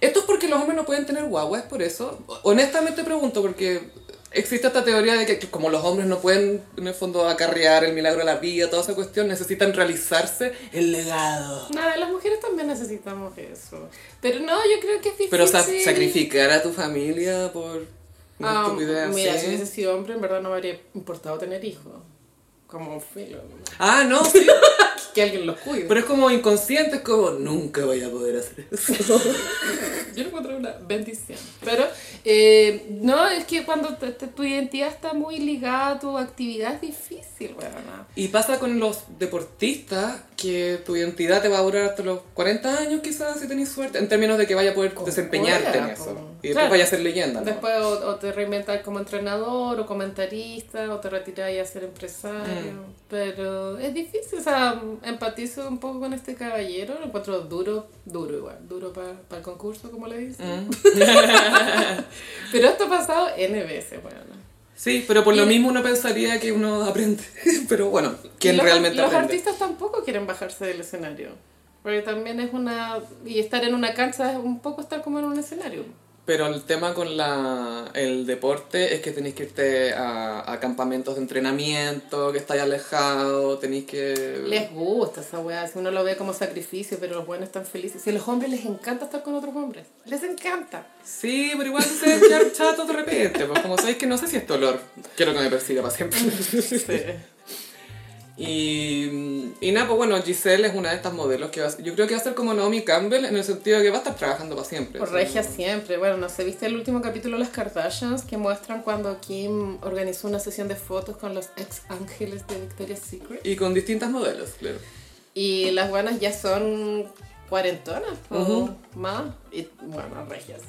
S1: Esto es porque los hombres no pueden tener guagua, es por eso. Honestamente pregunto, porque existe esta teoría de que, que como los hombres no pueden, en el fondo, acarrear el milagro de la vida, toda esa cuestión, necesitan realizarse el legado.
S2: Nada, las mujeres también necesitamos eso. Pero no, yo creo que es difícil.
S1: Pero sa- sacrificar a tu familia por una
S2: Ah,
S1: estupidez ¿eh?
S2: mira,
S1: así.
S2: si hubiese sido hombre, en verdad no me habría importado tener hijos. Como un filo.
S1: Ah, no, sí.
S2: Que alguien los cuide.
S1: Pero es como inconsciente, es como nunca voy a poder hacer eso.
S2: Yo lo encuentro una bendición. Pero, eh, no, es que cuando te- te- tu identidad está muy ligada a tu actividad es difícil, weona.
S1: Y pasa con los deportistas que tu identidad te va a durar hasta los 40 años quizás si tenés suerte, en términos de que vaya a poder
S2: Con
S1: desempeñarte en
S2: cuerda,
S1: eso.
S2: po.
S1: Y después
S2: Claro.
S1: vaya a ser leyenda. ¿no?
S2: Después o, o te reinventas como entrenador o comentarista o te retiras a ser empresario. Pero es difícil, o sea, empatizo un poco con este caballero, lo encuentro duro, duro igual, duro para el concurso, como le dicen.
S1: Mm.
S2: Pero esto ha pasado N veces, weona.
S1: Sí, pero por lo
S2: Y-
S1: mismo uno pensaría que uno aprende. pero bueno, ¿quién
S2: Y los,
S1: realmente
S2: los
S1: aprende?
S2: artistas tampoco quieren bajarse del escenario. Porque también es una... Y estar en una cancha es un poco estar como en un escenario.
S1: Pero el tema con la, el deporte es que tenéis que irte a, a campamentos de entrenamiento, que estáis alejados, tenéis que...
S2: Les gusta esa weá, si uno lo ve como sacrificio, pero los buenos están felices. Si a los hombres les encanta estar con otros hombres, les encanta.
S1: Sí, pero igual se debe quedar chato de repente, pues como sabéis que no sé si es dolor, quiero que me persiga para siempre. Y, y nada, pues bueno, Giselle es una de estas modelos que va a- yo creo que va a ser como Naomi Campbell en el sentido de que va a estar trabajando para siempre.
S2: Por
S1: o sea,
S2: regia siempre. Bueno, no sé, ¿viste el último capítulo de Las Kardashians que muestran cuando Kim organizó una sesión de fotos con los ex ángeles de Victoria's Secret?
S1: Y con distintas modelos, claro.
S2: Y las buenas ya son cuarentonas o
S1: Ujú.
S2: más. Y bueno, regias.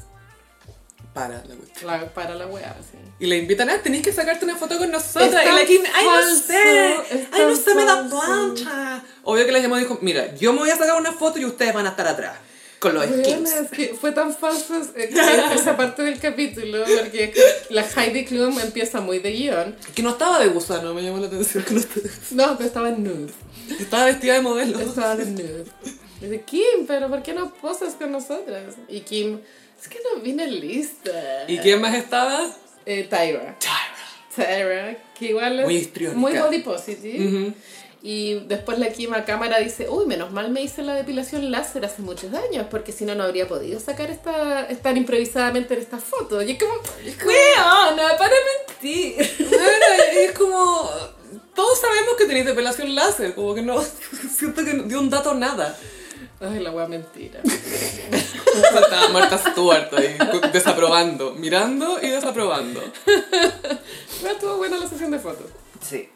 S1: Para la cuestión.
S2: La- para la weá, sí.
S1: Y le invitan, a tenéis que sacarte una foto con nosotros.
S2: Es
S1: y la
S2: tan
S1: Kim, ay, no
S2: falso,
S1: sé,
S2: es
S1: ay, no
S2: tan
S1: sé, me da
S2: falso.
S1: plancha. Obvio que la llamó y dijo, mira, yo me voy a sacar una foto y ustedes van a estar atrás, con los
S2: Bueno,
S1: skins.
S2: es que fue tan falso es- es- esa parte del capítulo porque es que la Heidi Klum empieza muy de guión.
S1: Que no estaba de gusano, me llamó la atención. que no estaba-
S2: No, pero estaba nude.
S1: estaba vestida de modelo.
S2: Estaba nude. Dice, Kim, pero ¿por qué no posas con nosotras? Y Kim, es que no vine lista.
S1: ¿Y quién más estaba?
S2: Eh, Tyra.
S1: Tyra.
S2: Tyra, que igual es
S1: Muy histriónica.
S2: muy body positive.
S1: Ujú.
S2: Y después la Kim a cámara dice, uy, menos mal me hice la depilación láser hace muchos años, porque si no, no habría podido sacar esta, estar improvisadamente en esta foto. Y es como, weona, para mentir.
S1: Bueno, es como. Todos sabemos que tenéis depilación láser, como que no. Siento que de un dato nada.
S2: Ay, la wea mentira.
S1: Faltaba Marta Stewart ahí, cu- desaprobando, mirando y desaprobando.
S2: Pero estuvo buena la sesión de fotos.
S1: Sí.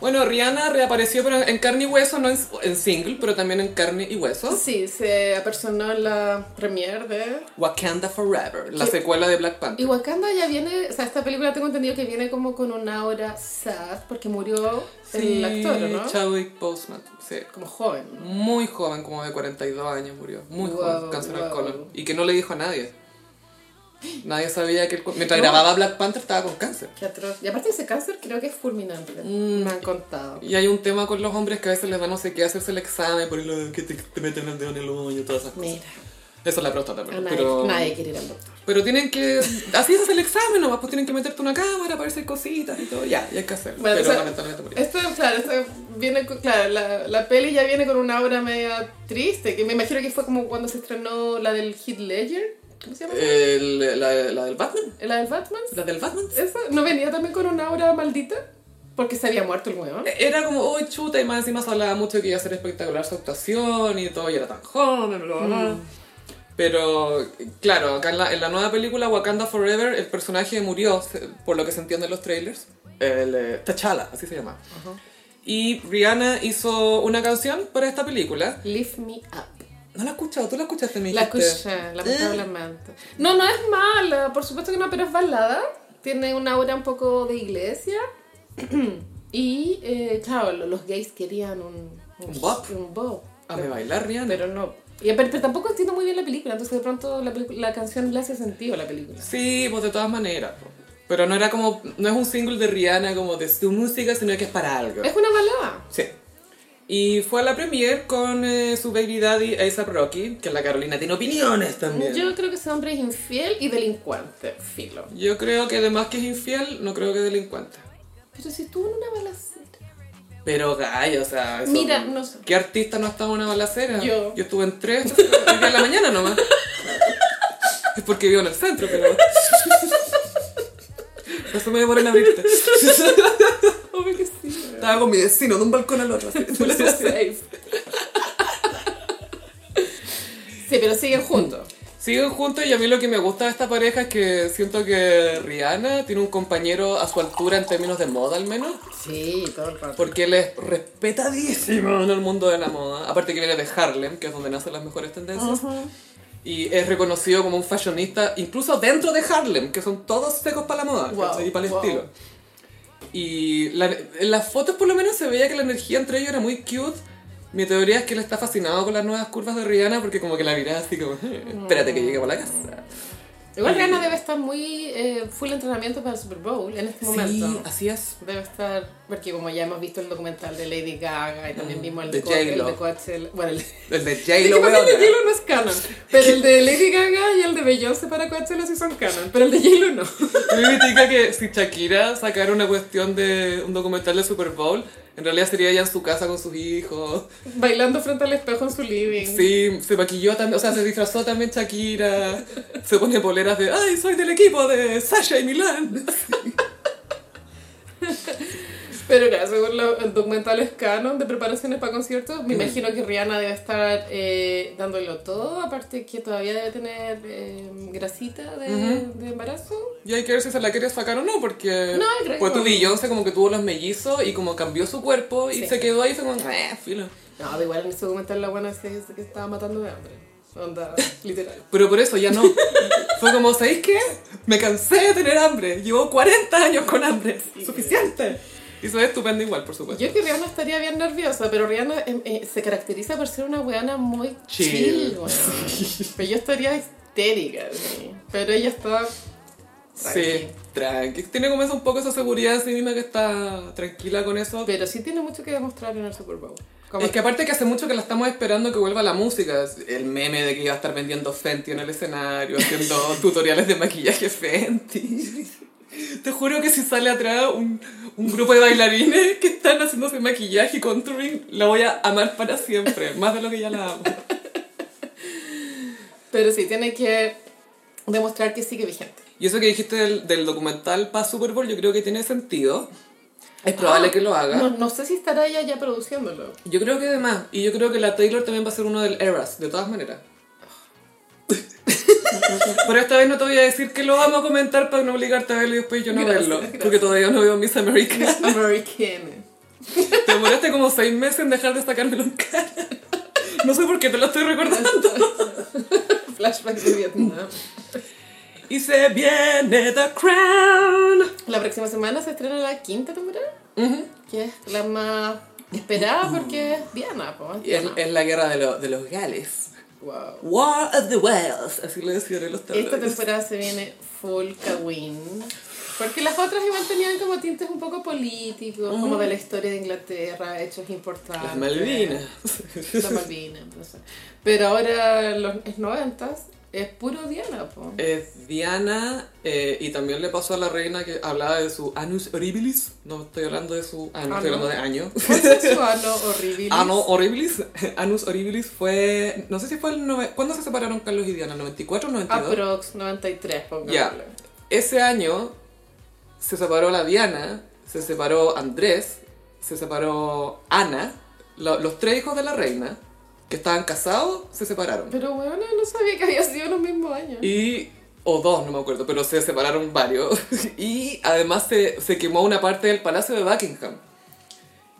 S1: Bueno, Rihanna reapareció pero en carne y hueso, no en, en single, pero también en carne y hueso.
S2: Sí, se apersonó en la premiere de...
S1: Wakanda Forever, la
S2: Sí.
S1: secuela de Black
S2: Y
S1: Panther.
S2: Wakanda ya viene, o sea, esta película tengo entendido que viene como con una hora sad, porque murió el actor, ¿o ¿no?
S1: Chadwick Boseman, sí.
S2: Como joven, ¿no?
S1: Muy joven, como de 42 años murió. Muy
S2: Wow,
S1: joven, cáncer al
S2: wow.
S1: colon. Y que no le dijo a nadie. Nadie sabía que él, mientras
S2: No.
S1: grababa Black Panther estaba con cáncer.
S2: Qué atroz. Y aparte ese cáncer creo que es fulminante.
S1: Mm.
S2: Me han contado.
S1: Y hay un tema con los hombres que a veces les da no sé qué hacerse el examen por el que te, te meten el dedo en el hoyo y todas esas cosas.
S2: Mira,
S1: Eso es la próstata,
S2: a
S1: pero,
S2: nadie,
S1: pero,
S2: nadie quiere ir al doctor.
S1: pero tienen que... Así es el examen nomás, pues tienen que meterte una cámara para hacer cositas y todo. Ya, ya hay que hacerlo.
S2: Bueno,
S1: pero
S2: o sea,
S1: lamentablemente murió.
S2: Esto, claro, esto viene, con- claro la, la peli ya viene con una obra media triste, que me imagino que fue como cuando se estrenó la del Heath Ledger, ¿cómo se llama?
S1: Eh. El- la, la del Batman?
S2: La del Batman.
S1: ¿La del Batman?
S2: ¿Esa no venía también con una obra maldita? Porque se había muerto el weón.
S1: Era como, uy, chuta, y más encima se hablaba mucho que iba a ser espectacular su actuación y todo, y era tan joven, bla, bla,
S2: Mm.
S1: bla. Pero, claro, acá en la, en la nueva película Wakanda Forever, el personaje murió, se- por lo que se entiende en los trailers. El, eh, T'Challa, así se llama. Y Rihanna hizo una canción para esta película.
S2: Lift me up.
S1: No la he escuchado, tú la escuchaste, mi
S2: La escuché,
S1: Eh.
S2: lamentablemente. No, no es mala, por supuesto que no, pero es balada. Tiene una aura un poco de iglesia. y, eh, claro, lo- los gays querían un,
S1: Un bop.
S2: un bop.
S1: A me bailar, Rihanna.
S2: Pero no. Y, pero, pero tampoco entiendo muy bien la película, entonces de pronto la, pelicu- la canción le hace sentido a la película.
S1: Sí, pues de todas maneras. po. Pero no era como, no es un single de Rihanna como de su música, sino que es para algo.
S2: Es una balada.
S1: Sí. Y fue a la premiere con eh, su baby daddy A$AP Rocky, que la Carolina tiene opiniones también.
S2: Yo creo que ese hombre es infiel y delincuente, filo.
S1: Yo creo que además que es infiel, no creo que delincuente.
S2: Pero si estuvo en una balacera.
S1: Pero gallo, o sea, eso-
S2: Mira, no sé.
S1: ¿Qué artista no ha estado en una balacera?
S2: Yo.
S1: Yo estuve en tres, hoy día en la mañana nomás. Es porque vivo en el centro, pero... Por Eso me demoré en abrirte.
S2: Obvio que sí.
S1: Estaba con mi vecino de un balcón al otro. así.
S2: Por su safe. Sí, pero siguen juntos.
S1: Siguen juntos y a mí lo que me gusta de esta pareja es que siento que Rihanna tiene un compañero a su altura en términos de moda al menos,
S2: Sí, todo el rato.
S1: porque él es respetadísimo en el mundo de la moda, aparte que viene de Harlem, que es donde nacen las mejores tendencias, y es reconocido como un fashionista incluso dentro de Harlem, que son todos secos para la moda
S2: Wow,
S1: ¿cachai? y para el
S2: wow.
S1: estilo. Y la- en las fotos por lo menos se veía que la energía entre ellos era muy cute. Mi teoría es que él está "Eh, fascinado con las nuevas curvas de Rihanna porque como que la mirada así como, espérate que lleguemos a la casa.
S2: Igual Rihanna debe estar muy eh, full entrenamiento para el Super Bowl en este
S1: Sí,
S2: momento.
S1: así es.
S2: Debe estar, porque como ya hemos visto el documental de Lady Gaga y también vimos el
S1: de
S2: de, Co- el
S1: J-Lo.
S2: de Coachella. Bueno, el,
S1: El de
S2: el
S1: J-Lo,
S2: que también de
S1: weona.
S2: J-Lo no es canon. Pero el de Lady Gaga y el de Beyoncé para Coachella sí son canon. Pero el de J-Lo no.
S1: A mí me indica que si Shakira sacara una cuestión de un documental de Super Bowl, en realidad sería ella en su casa con sus hijos.
S2: Bailando frente al espejo en su living.
S1: Sí, se maquilló también, o sea, se disfrazó también Shakira. Se pone poleras de, ay, soy del equipo de Sasha y Milán.
S2: Pero claro, según lo- el documental es canon de preparaciones para conciertos, me imagino que Rihanna debe estar eh, dándolo todo, aparte que todavía debe tener eh, grasita de, de embarazo.
S1: Y hay que ver si se la quería sacar o no, porque
S2: No, creo que
S1: pues tu
S2: no.
S1: Beyoncé como que tuvo los mellizos y como cambió su cuerpo y
S2: Sí.
S1: se quedó ahí, fue como, eh, filo.
S2: No, pero igual en ese documental la buena se dice que estaba matando de hambre. Onda, literal.
S1: Pero por eso ya no. Fue como, ¿sabéis qué? Me cansé de tener hambre. Llevo 40 años con hambre. Suficiente. Y se ve estupendo igual, por supuesto.
S2: Yo creo que Rihanna estaría bien nerviosa, pero Rihanna eh, eh, se caracteriza por ser una weana muy
S1: Chill.
S2: chill, weón. Pero yo estaría histérica, sí. pero ella está...
S1: Sí, tranqui. Tiene como esa, un poco esa seguridad de sí misma que está tranquila con eso.
S2: Pero sí tiene mucho que demostrar en el Super Bowl. Como
S1: Es que aparte que hace mucho que la estamos esperando que vuelva la música. El meme de que iba a estar vendiendo Fenty en el escenario, haciendo tutoriales de maquillaje Fenty. Te juro que si sale atrás un, un grupo de bailarines que están haciéndose maquillaje y contouring, la voy a amar para siempre, más de lo que ya la amo.
S2: Pero sí, tiene que demostrar que sigue vigente.
S1: Y eso que dijiste del, del documental para Super Bowl, yo creo que tiene sentido. Es probable que lo haga.
S2: Ah, No, no sé si estará ella ya produciéndolo.
S1: Yo creo que además, y yo creo que la Taylor también va a ser uno del Eras, de todas maneras. Pero esta vez no te voy a decir que lo vamos a comentar para no obligarte a verlo y después yo no
S2: Gracias,
S1: verlo.
S2: gracias.
S1: Porque todavía no veo Miss America.
S2: American.
S1: Te demoraste como seis meses en dejar de sacármelo en cara. No sé por qué te lo estoy recordando.
S2: Flashback de Vietnam.
S1: Y se viene The Crown.
S2: La próxima semana se estrena la quinta temporada, que es la más esperada porque es Diana. po, es
S1: Y eh, es,
S2: Diana.
S1: es la guerra de, lo- de los gales.
S2: Wow.
S1: War of the Wales. Así lo decían en los
S2: Esta
S1: tabloides.
S2: temporada se viene full Kawin. Porque las otras igual tenían como tintes un poco políticos, como de la historia de Inglaterra, hechos importantes.
S1: Las Malvinas.
S2: La Malvina, no sé. Pero ahora los es 90 es puro Diana, po.
S1: Es Diana eh, y también le pasó a la reina que hablaba de su anus horribilis. No estoy hablando de su anus, estoy
S2: Ano.
S1: hablando de año.
S2: Homosexual, horrible.
S1: Ano horribilis. Anus horribilis fue. No sé si fue el. nove- ¿Cuándo se separaron Carlos y Diana? ¿94 o 92?
S2: Aprox 93, pongámosle.
S1: Ya. Ese año se separó la Diana, se separó Andrés, se separó Ana. Lo- los tres hijos de la reina que estaban casados se separaron.
S2: Pero bueno, no sabía que había sido en los mismos años.
S1: Y, o dos, no me acuerdo, pero se separaron varios. Y además se, se quemó una parte del Palacio de Buckingham.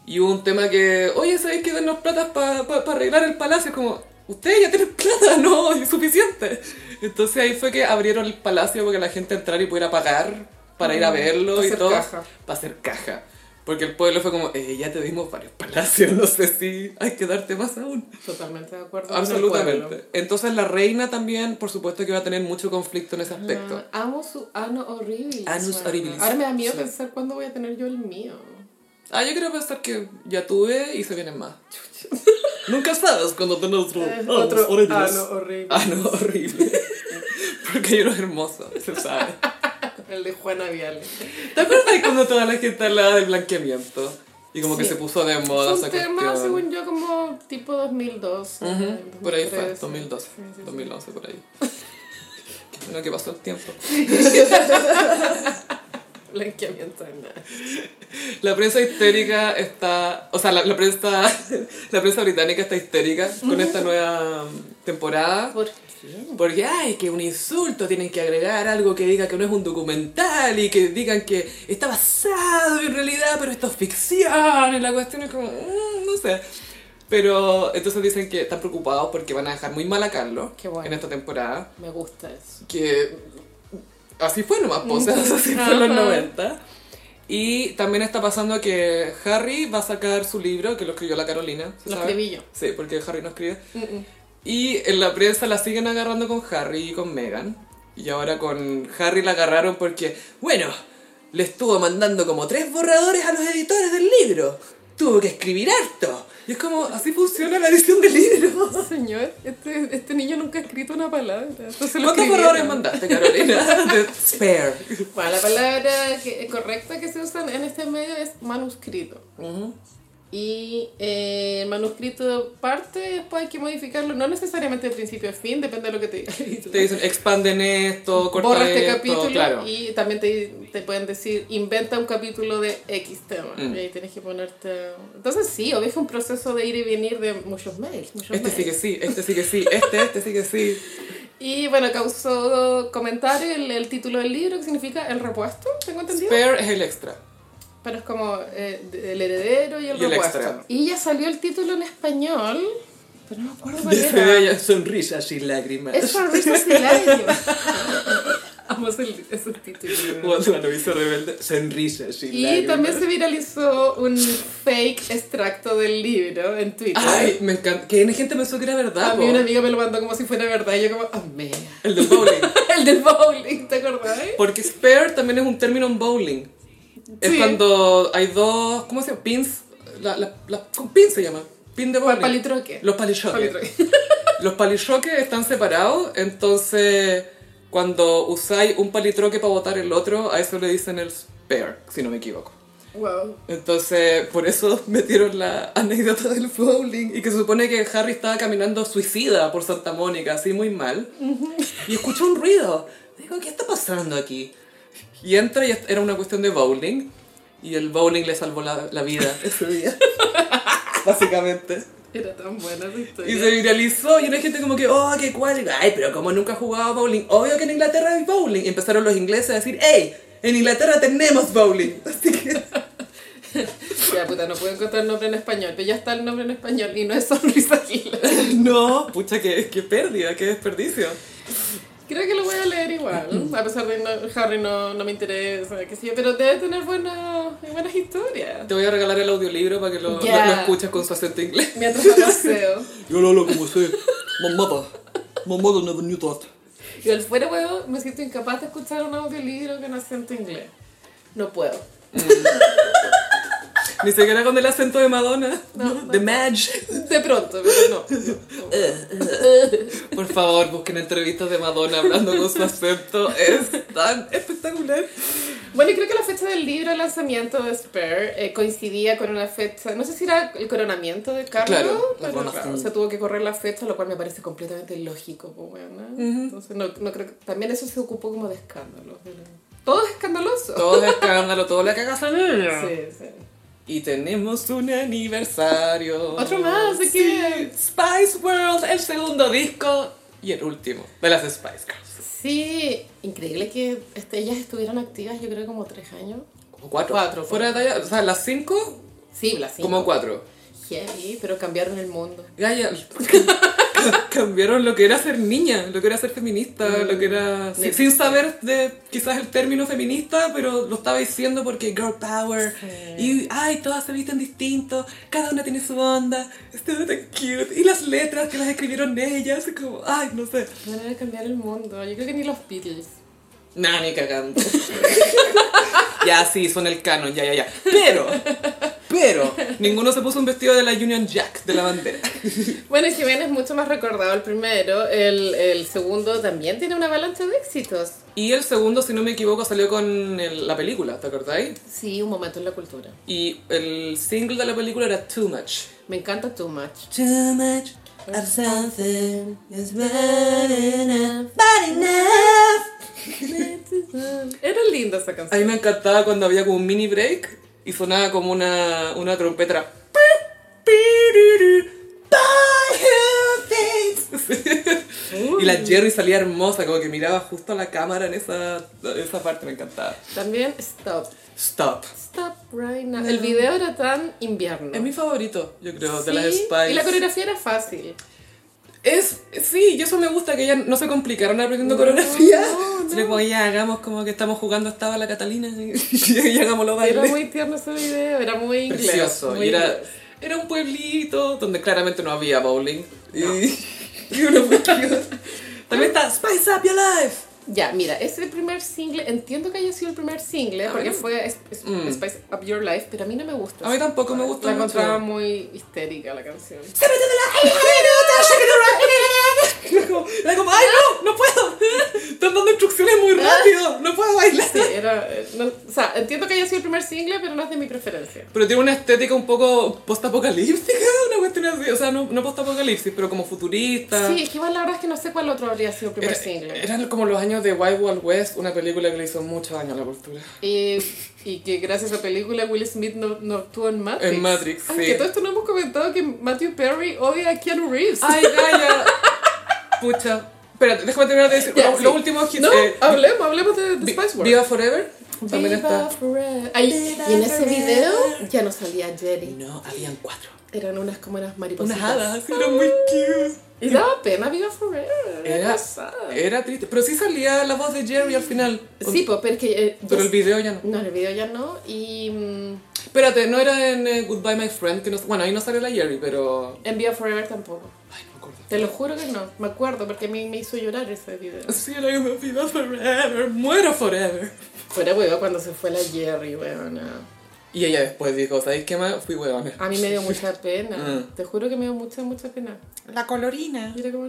S1: Y hubo un tema que, oye, ¿sabéis que denos platas para arreglar el palacio? Es como, ustedes ya tienen plata, no, es suficiente. Entonces ahí fue que abrieron el palacio para que la gente entrara y pudiera pagar para ir a verlo
S2: Mm, pa'
S1: y
S2: hacer
S1: todo.
S2: caja.
S1: Para hacer caja. Porque el pueblo fue como, eh, ya te dimos varios palacios, no sé si hay que darte más aún.
S2: Totalmente de acuerdo. con el pueblo.
S1: Absolutamente. Entonces la reina también, por supuesto que va a tener mucho conflicto en ese aspecto.
S2: Ah, amo su ano horrible.
S1: Anus Ah, horribilis.
S2: Ahora me da miedo
S1: Sí.
S2: pensar cuándo voy a tener yo el mío.
S1: Ah, yo quiero pensar que ya tuve y se vienen más. Nunca sabes cuando tenés otro,
S2: Eh,
S1: ah,
S2: otro
S1: horrible.
S2: ano horrible.
S1: Ah, no, horrible. Porque hay uno hermoso, se sabe.
S2: El de Juana Viale.
S1: ¿Te acuerdas cuando toda la gente hablaba del blanqueamiento? Y como que
S2: Sí.
S1: se puso de moda
S2: Es
S1: esa
S2: un tema,
S1: cuestión.
S2: según yo, como tipo 2002.
S1: Ujú, Por ahí fue,
S2: 2013.
S1: 2012,
S2: Sí, sí, sí.
S1: 2011, por ahí. Qué bueno que pasó el tiempo.
S2: Blanqueamiento de nada.
S1: La prensa histérica está, o sea, la, la prensa, la prensa británica está histérica con esta nueva mm, temporada.
S2: ¿Por qué?
S1: Porque, ay, que un insulto, tienen que agregar algo que diga que no es un documental y que digan que está basado en realidad, pero esto es ficción. Y la cuestión es como, mm, no sé. Pero entonces dicen que están preocupados porque van a dejar muy mal a Carlos
S2: Qué bueno.
S1: en esta temporada.
S2: Me gusta eso.
S1: Que así fue nomás, po, o sea, así fue en los
S2: Ajá.
S1: 90. Y también está pasando que Harry va a sacar su libro, que lo escribió la Carolina. ¿se
S2: Lo
S1: sabe?
S2: escribí yo.
S1: Sí, porque Harry no escribe. Y en la prensa la siguen agarrando con Harry y con Meghan. Y ahora con Harry la agarraron porque, bueno, le estuvo mandando como tres borradores a los editores del libro. Tuvo que escribir harto. Y es como, así funciona la edición del libro.
S2: Señor, este, este niño nunca ha escrito una palabra. Entonces lo
S1: ¿Cuántos
S2: escribieron.
S1: borradores mandaste, Carolina? De Spare.
S2: Bueno, la palabra que- correcta que se usa en este medio es manuscrito. Y eh, el manuscrito parte, después hay que modificarlo, no necesariamente de principio a fin, depende de lo que te diga. el
S1: Te
S2: editor.
S1: dicen, expanden esto, corta
S2: Borra este
S1: esto,
S2: capítulo
S1: claro.
S2: y también te, te pueden decir, inventa un capítulo de X tema.
S1: Mm.
S2: Y ahí tienes que ponerte... Entonces sí, obvio es un proceso de ir y venir de muchos mails. Muchos
S1: Este
S2: mails.
S1: sí que sí, este sí que sí, este, este sí que sí.
S2: Y bueno, causó comentario el, el título del libro, que significa el repuesto, tengo entendido.
S1: Spare es el extra.
S2: Pero es como eh, de- el heredero y el
S1: Y el
S2: repuesto.
S1: extra.
S2: Y ya salió el título en español, pero no me acuerdo cuál
S1: Dice
S2: era.
S1: ella, sonrisas y lágrimas.
S2: Es Sonrisas y Lágrimas. Amo ese, ese título.
S1: Cuando la novicia rebelde, sonrisas y,
S2: Y también se viralizó un fake extracto del libro en Twitter.
S1: Ay, me encanta. Que hay gente pensó que era
S2: a
S1: Ah, verdad,
S2: mí
S1: po.
S2: una amiga me lo mandó como si fuera verdad y yo como, amé.
S1: El del bowling.
S2: El del bowling, ¿te acordás?
S1: Porque spare también es un término en bowling. Es
S2: Sí.
S1: cuando hay dos, ¿cómo se llama? Pins. La, la, la- con pin se llama. Pin de
S2: Pa-
S1: bowling.
S2: palitroque.
S1: Los palichoques.
S2: Palitroque.
S1: Los palichoques están separados, entonces cuando usáis un palitroque para botar el otro, a eso le dicen el spare, si no me equivoco.
S2: Wow.
S1: Entonces, por eso metieron la anécdota del bowling y que se supone que Harry estaba caminando suicida por Santa Mónica, así muy mal, y escuchó un ruido. Digo, ¿qué está pasando aquí? Y entra y era una cuestión de bowling, y el bowling le salvó la, la vida ese día, básicamente.
S2: Era tan buena esa historia.
S1: Y se viralizó y una gente como que, oh, qué cual. Ay, pero como nunca jugaba bowling, obvio que en Inglaterra hay bowling. Y empezaron los ingleses a decir, hey, en Inglaterra tenemos bowling. Así que...
S2: Ya, puta, no puedo encontrar el nombre en español, pero ya está el nombre en español y no es Sonrisa Gila.
S1: No, pucha, qué, qué pérdida, qué desperdicio.
S2: Creo que lo voy a leer igual, a pesar de que no, Harry no, no me interesa, qué sé yo, pero debe tener buenas, buenas historias.
S1: Te voy a regalar el audiolibro para que lo, lo-
S2: Ya.
S1: lo escuches con su acento inglés.
S2: Mientras lo paseo.
S1: Yo lo hablo como sé. Mamada. Mamada never knew that.
S2: Yo al fuera huevo me siento incapaz de escuchar un audiolibro con acento inglés. No puedo.
S1: Ni siquiera con el acento de Madonna.
S2: No,
S1: de Madge.
S2: De pronto, pero no.
S1: Por favor, busquen entrevistas de Madonna hablando con su acento. Es tan espectacular.
S2: Bueno, y creo que la fecha del libro de lanzamiento de Spare eh, coincidía con una fecha, no sé si era el coronamiento de Carlos,
S1: Claro, la
S2: pero
S1: coronación.
S2: claro, se tuvo que correr la fecha, lo cual me parece completamente lógico. Pues, bueno, ¿eh? Entonces, no, no creo que, también eso se ocupó como de escándalo. pero- Todo es escandaloso.
S1: Todo es escándalo, todo la cagas a ella.
S2: Sí, sí.
S1: Y tenemos un aniversario.
S2: Otro más, ¿de qué?
S1: Spice World, el segundo disco y el último de las Spice Girls.
S2: Sí, increíble que este, ellas estuvieran activas, yo creo, como tres años.
S1: Como cuatro.
S2: Cuatro.
S1: Fuera de talla, o sea, las cinco,
S2: Sí, las cinco.
S1: como cuatro.
S2: Heavy, pero cambiaron el mundo.
S1: Gaya, ca- cambiaron lo que era ser niña, lo que era ser feminista, lo que era... si-
S2: Neta.
S1: sin saber de quizás el término feminista, pero lo estaba diciendo porque girl power, y ay, todas se visten distinto, cada una tiene su onda, es todo tan cute, y las letras que las escribieron ellas, y como, ay, no sé.
S2: Manera de cambiar el mundo. Yo creo que ni los Beatles.
S1: Nah, ni cagando. ya, sí, son el canon, ya, ya, ya. Pero, pero, ninguno se puso un vestido de la Union Jack, de la bandera.
S2: Bueno, y si bien es mucho más recordado el primero, el, el segundo también tiene una avalancha de éxitos.
S1: Y el segundo, si no me equivoco, salió con el- la película, ¿te acordáis?
S2: Sí, un momento en la cultura.
S1: Y el single de la película era Too Much.
S2: Me encanta Too Much.
S1: Too much of something is bad enough,
S2: Era linda esa
S1: A mí
S2: canción.
S1: me encantaba cuando había como un mini break y sonaba como una, una trompeta. Y la Jerry salía hermosa, como que miraba justo a la cámara en esa, esa parte, me encantaba.
S2: También Stop.
S1: Stop.
S2: Stop right now. El video era tan invierno.
S1: Es mi favorito, yo creo, de
S2: Sí,
S1: las Spice.
S2: Y la coreografía era fácil.
S1: Es, sí, y eso me gusta, que ya no se complicaron aprendiendo coreografía.
S2: no,
S1: Sino como ya hagamos como que estamos jugando estaba la Catalina y, y hagámoslo
S2: Era
S1: baile.
S2: muy tierno ese video, era muy inglés.
S1: precioso.
S2: muy
S1: y era,
S2: inglés.
S1: era un pueblito donde claramente no había bowling. Y, y uno fue cute. También está Spice Up Your Life.
S2: Ya, mira, ese primer single, entiendo que haya sido el primer single,
S1: A
S2: porque
S1: mí-
S2: fue Sp- Sp-
S1: Ah, Mm.
S2: Spice Up Your Life, pero a mí no me gusta.
S1: A mí
S2: esa
S1: tampoco me
S2: canción.
S1: gusta
S2: La
S1: mucho.
S2: encontraba muy histérica la canción.
S1: Era como- Era como, ¡ay, no! ¡No puedo! Están dando instrucciones muy rápido, no puedo bailar.
S2: Sí, era. eh, no- o sea, entiendo que haya sido el primer single, pero no es de mi preferencia.
S1: Pero tiene una estética un poco post-apocalíptica, una cuestión así. O sea, no, no post-apocalipsis, pero como futurista.
S2: Sí, es que igual la verdad es que no sé cuál otro habría sido el primer
S1: Ah. Era-
S2: single.
S1: eran como los años de Wild Wild West, una película que le hizo mucho daño a la cultura.
S2: Y, y que gracias a la película Will Smith no, no actuó en Matrix.
S1: En Matrix,
S2: Ay,
S1: sí.
S2: que todo esto no hemos comentado que Matthew Perry odia a Keanu Reeves.
S1: ¡Ay, Gaia! Pucha. Espérate, déjame terminar de decir
S2: Ya,
S1: lo,
S2: sí.
S1: los últimos hits.
S2: no,
S1: eh,
S2: hablemos, hablemos de, de
S1: Vi-
S2: Spice World.
S1: Viva Forever. También
S2: Viva
S1: está.
S2: Forever. Ay,
S1: Viva
S2: y en ese
S1: Forever.
S2: video ya no salía Jerry.
S1: No, habían cuatro.
S2: Eran unas como unas maripositas.
S1: Unas hadas, eran muy cute.
S2: Y daba pena Viva Forever.
S1: Era,
S2: Era sad.
S1: era triste. Pero sí salía la voz de Jerry al final.
S2: Sí, pues, pero es que. eh,
S1: Pero
S2: ya-
S1: el video ya no.
S2: No, en el video ya no. Y mm,
S1: Espérate, no era en eh, Goodbye My Friend, que no, bueno, ahí no sale la Jerry, pero...
S2: en Viva Forever tampoco.
S1: Ay, no me acuerdo.
S2: Te lo juro que no. Me acuerdo porque a mí me hizo llorar ese video.
S1: Sí, era como Viva Forever, muero forever.
S2: Fuera hueva cuando se fue la Jerry, weona.
S1: Y ella después dijo, ¿sabéis qué más? Fui huevona.
S2: A mí me dio mucha pena.
S1: Mm.
S2: Te juro que me dio mucha, mucha pena.
S1: La colorina.
S2: Y era como.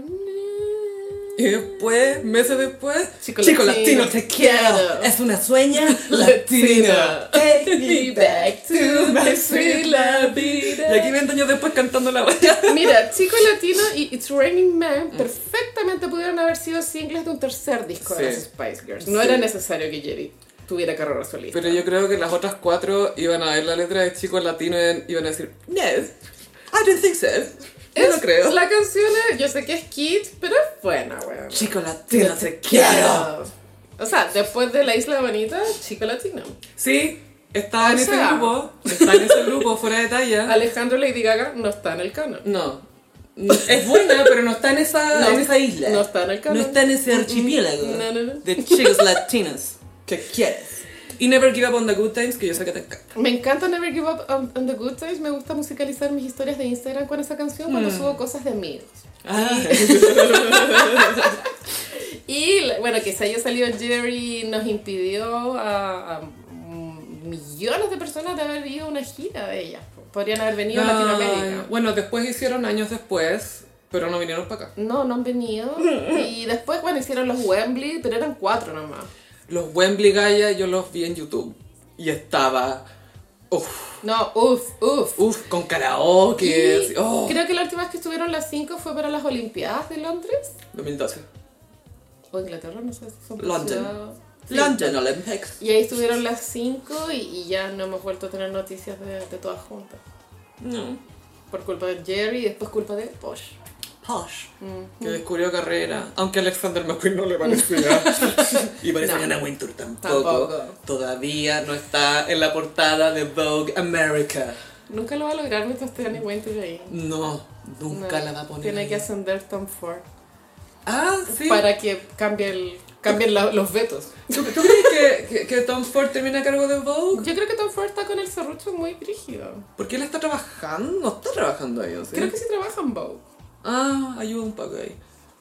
S1: Y después, meses después,
S2: Chico
S1: Chico
S2: latino,
S1: latino, te quiero.
S2: quiero.
S1: Es una sueña
S2: Latina.
S1: latina.
S2: Take me back to my sweet la
S1: Y
S2: vida.
S1: aquí 20 años después cantando la wea.
S2: Mira, Chico Latino y It's Raining Man perfectamente pudieron haber sido singles de un tercer disco de
S1: Sí.
S2: las Spice Girls. No
S1: Sí.
S2: era necesario que Jerry tuviera carrera solista.
S1: Pero yo creo que las otras cuatro iban a ver la letra de Chico Latino y iban a decir, No, I don't think so. Yo
S2: Es-
S1: no creo.
S2: La canción es, yo sé que es kid, pero es buena, weón.
S1: Chico Latino, te quiero.
S2: O sea, después de La Isla Bonita, Chico Latino.
S1: Sí, está en
S2: O
S1: ese
S2: sea.
S1: grupo. Está en ese grupo, fuera de talla.
S2: Alejandro Lady Gaga no está en el canon.
S1: Ah. No. Es buena, pero no está en esa,
S2: No,
S1: en esa isla.
S2: no está en el canon.
S1: No está en ese archipiélago
S2: No, no, no.
S1: de chicos latinos que quieres. Y Never Give Up on the Good Times, que yo sé que te encanta.
S2: Me encanta Never Give Up on, on the Good Times. Me gusta musicalizar mis historias de Instagram con esa canción cuando
S1: Mm.
S2: subo cosas de amigos.
S1: Ah.
S2: Y la- bueno, que se haya salido Jerry nos impidió a, a millones de personas de haber ido a una gira de ella. Podrían haber venido a Latinoamérica.
S1: Ay, Ah, Bueno, después hicieron años después, pero no vinieron para acá.
S2: No, no han venido. Y después, bueno, hicieron los Wembley, pero eran cuatro nomás.
S1: Los Wembley Gaia yo los vi en YouTube y estaba. Uff,
S2: No, uff, uff.
S1: uff, con karaoke.
S2: Y
S1: así, oh,
S2: Creo que la última vez que estuvieron las 5 fue para las Olimpiadas de Londres.
S1: 2012.
S2: O Inglaterra, no sé si son por
S1: London.
S2: ciudad. Sí.
S1: London Olympics.
S2: Y ahí estuvieron las 5 y, y ya no hemos vuelto a tener noticias de, de todas juntas.
S1: No.
S2: Por culpa de Jerry y después culpa de Posh.
S1: Posh, que
S2: Mm.
S1: descubrió carrera. Aunque Alexander McQueen no le parecía. y parece
S2: No.
S1: que Anna Wintour tampoco.
S2: Tampoco.
S1: Todavía no está en la portada de Vogue America.
S2: Nunca lo va a lograr mientras esté Annie Winter ahí.
S1: No, nunca
S2: No,
S1: la va a poner.
S2: Tiene
S1: ahí.
S2: que ascender Tom Ford
S1: Ah, sí.
S2: para que cambie el, cambien la- los vetos.
S1: ¿Tú, tú crees que, que, que Tom Ford termina a cargo de Vogue?
S2: Yo creo que Tom Ford está con el serrucho muy brígido.
S1: Porque él está trabajando. No está trabajando ahí, o sea.
S2: Creo que sí trabaja en Vogue.
S1: Ah, ayuda un poco ahí.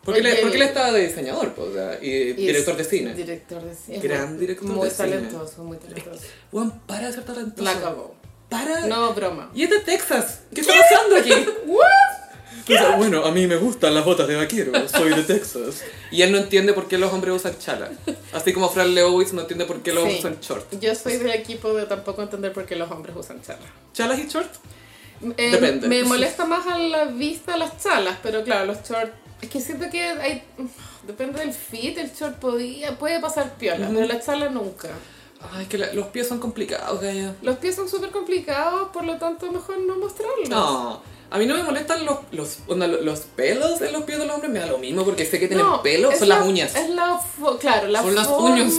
S1: Porque,
S2: Porque-
S1: él, porque él estaba de diseñador, po, o sea, y,
S2: Y es
S1: director de cine.
S2: Director de cine.
S1: Gran director
S2: muy
S1: de cine.
S2: talentoso, muy talentoso.
S1: Juan, para de ser talentoso.
S2: La acabó.
S1: Para.
S2: No, broma.
S1: Y es de Texas. ¿Qué está pasando aquí?
S2: ¿What?
S1: Entonces, bueno, a mí me gustan las botas de vaquero, soy de Texas. Y él no entiende por qué los hombres usan chala. Así como Fran Leowitz no entiende por qué los
S2: Sí.
S1: hombres usan short.
S2: Yo soy del equipo de tampoco entender por qué los hombres usan charlas.
S1: ¿Chalas y short?
S2: Eh,
S1: Depende.
S2: Me molesta más a la vista las chalas, pero claro, los shorts. Es que siento que hay. Depende del fit, el short podía, puede pasar piola,
S1: Ujú.
S2: pero la chala nunca.
S1: Ay, es que la- los pies son complicados, Gaya.
S2: Los pies son súper complicados, por lo tanto, mejor no mostrarlos.
S1: No. A mí no me molestan los, los, onda, lo- los pelos en los pies de los hombres, me da lo mismo porque sé que tienen
S2: No,
S1: pelo,
S2: es
S1: son las
S2: la-
S1: uñas.
S2: Es la fo- claro, la
S1: Son las
S2: forma.
S1: uñas.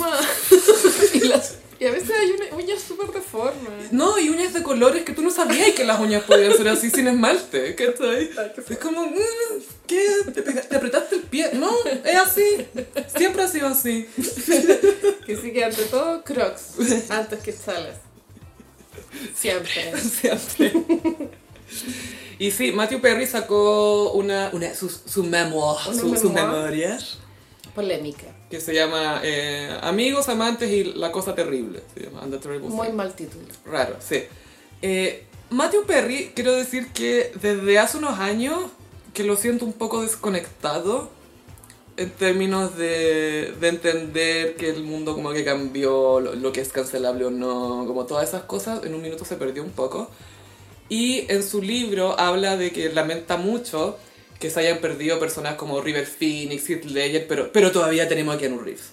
S2: y, las- y a veces hay una, uñas súper deformes.
S1: No, y uñas de colores que tú no sabías que las uñas podían ser así sin esmalte, ¿cachai?
S2: Ay, qué
S1: Es
S2: feo.
S1: como, mm, ¿qué? ¿Te, pega- te apretaste el pie? No, es así. Siempre ha sido así.
S2: Que sí que ante todo, crocs, antes que chalas. Siempre.
S1: Siempre. Y sí, Matthew Perry sacó una, una su, su memoir,
S2: Una
S1: su, su
S2: memoir.
S1: memoria,
S2: Polémica.
S1: que se llama eh, Amigos, Amantes y la Cosa Terrible. Se llama And the Terrible
S2: Muy
S1: Thing.
S2: mal título.
S1: Raro, sí. Eh, Matthew Perry, quiero decir que desde hace unos años que lo siento un poco desconectado en términos de, de entender que el mundo como que cambió, lo, lo que es cancelable o no, como todas esas cosas, en un minuto se perdió un poco. Y en su libro habla de que lamenta mucho que se hayan perdido personas como River Phoenix, Heath Ledger, pero, pero todavía tenemos a Keanu Reeves.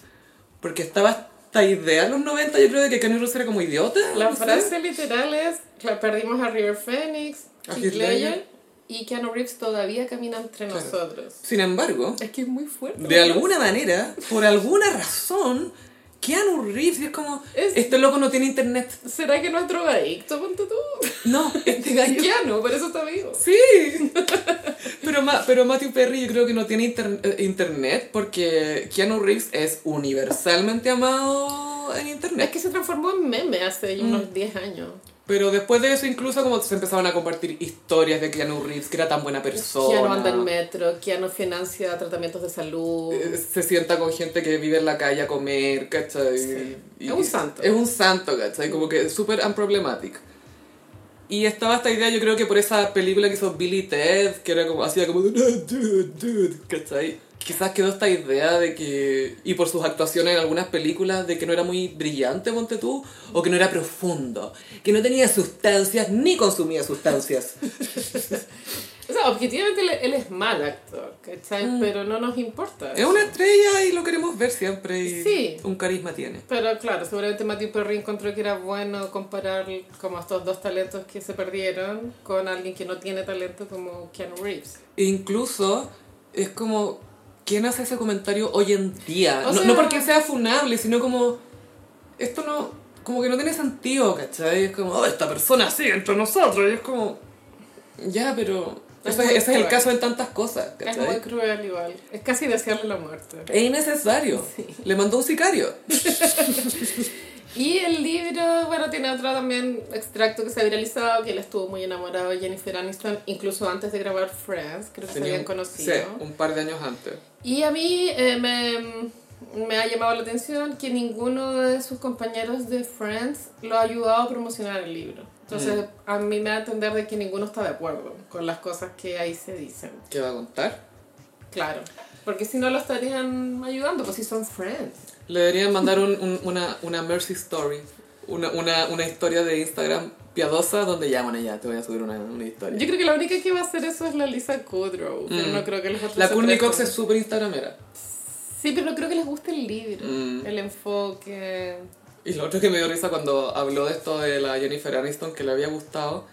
S1: Porque estaba esta idea en los 90, yo creo, de que Keanu Reeves era como idiota.
S2: La
S1: no sé.
S2: frase literal es, la perdimos a River Phoenix,
S1: A
S2: Heath
S1: Heath Ledger.
S2: Ledger y Keanu Reeves todavía camina entre
S1: Claro.
S2: nosotros.
S1: Sin embargo,
S2: Es que es muy fuerte.
S1: de alguna manera, por alguna razón, Keanu Reeves es como,
S2: Es-
S1: este loco no tiene internet.
S2: ¿Será que no es drogadicto? Ponte tú.
S1: No, este gallo...
S2: Keanu, por eso está vivo.
S1: Sí. Pero, Ma- pero Matthew Perry yo creo que no tiene inter- eh, internet porque Keanu Reeves es universalmente amado en
S2: Es
S1: internet.
S2: que se transformó en meme hace unos 10 años.
S1: Pero después de eso incluso como se empezaban a compartir historias de Keanu Reeves que era tan buena persona.
S2: Keanu anda en metro, Keanu financia tratamientos de salud.
S1: Eh, se sienta con gente que vive en la calle a comer, ¿cachai?
S2: Sí. Es un santo.
S1: Es un santo, ¿cachai? Como que es súper unproblematic. Y estaba esta idea, yo creo que por esa película que hizo Billy Ted, que era como, hacía como, "No, dude, dude", ¿cachai? Quizás quedó esta idea de que, y por sus actuaciones en algunas películas, de que no era muy brillante, ponte tú, o que no era profundo, que no tenía sustancias ni consumía sustancias.
S2: O sea, objetivamente él, él es mal actor, ¿cachai? Pero no nos importa.
S1: Es una estrella y lo queremos ver siempre y
S2: Sí.
S1: un carisma tiene.
S2: Pero claro, seguramente Matthew Perry encontró que era bueno comparar como estos dos talentos que se perdieron con alguien que no tiene talento como Keanu Reeves.
S1: E incluso es como, ¿quién hace ese comentario hoy en día?
S2: O
S1: no,
S2: sea-
S1: no porque sea funable, sino como, esto no, como que no tiene sentido, ¿cachai? Es como, "Oh, esta persona sigue entre nosotros, y es como, ya, pero
S2: Es
S1: ese,
S2: muy
S1: ese es el
S2: cruel.
S1: caso en tantas cosas,
S2: Es muy
S1: ¿cachai?
S2: cruel igual. Es casi desearle la muerte.
S1: Es innecesario. Le mandó un sicario.
S2: Y el libro, bueno, tiene otro también extracto que se ha viralizado, que él estuvo muy enamorado de Jennifer Aniston, incluso antes de grabar Friends, creo que se
S1: Tenía
S2: habían
S1: un-
S2: conocido.
S1: sí, un par de años antes.
S2: Y a mí eh, me, me ha llamado la atención que ninguno de sus compañeros de Friends lo ha ayudado a promocionar el libro. Entonces,
S1: Mm.
S2: a mí me da a entender de que ninguno está de acuerdo con las cosas que ahí se dicen.
S1: ¿Qué va a contar?
S2: Claro. Porque si no lo estarían ayudando, pues si son Friends.
S1: Le deberían mandar un- un- una, una mercy story, una, una, una historia de Instagram piadosa donde llaman ella, te voy a subir una, una historia.
S2: Yo creo que la única que va a hacer eso es la Lisa Kudrow. Pero
S1: Mm.
S2: no creo que los otros
S1: La
S2: se
S1: Courtney Cox
S2: presten.
S1: es súper instagramera.
S2: Sí, pero no creo que les guste el libro.
S1: Mm.
S2: El enfoque.
S1: Y lo otro que me dio risa cuando habló de esto de la Jennifer Aniston, que le había gustado,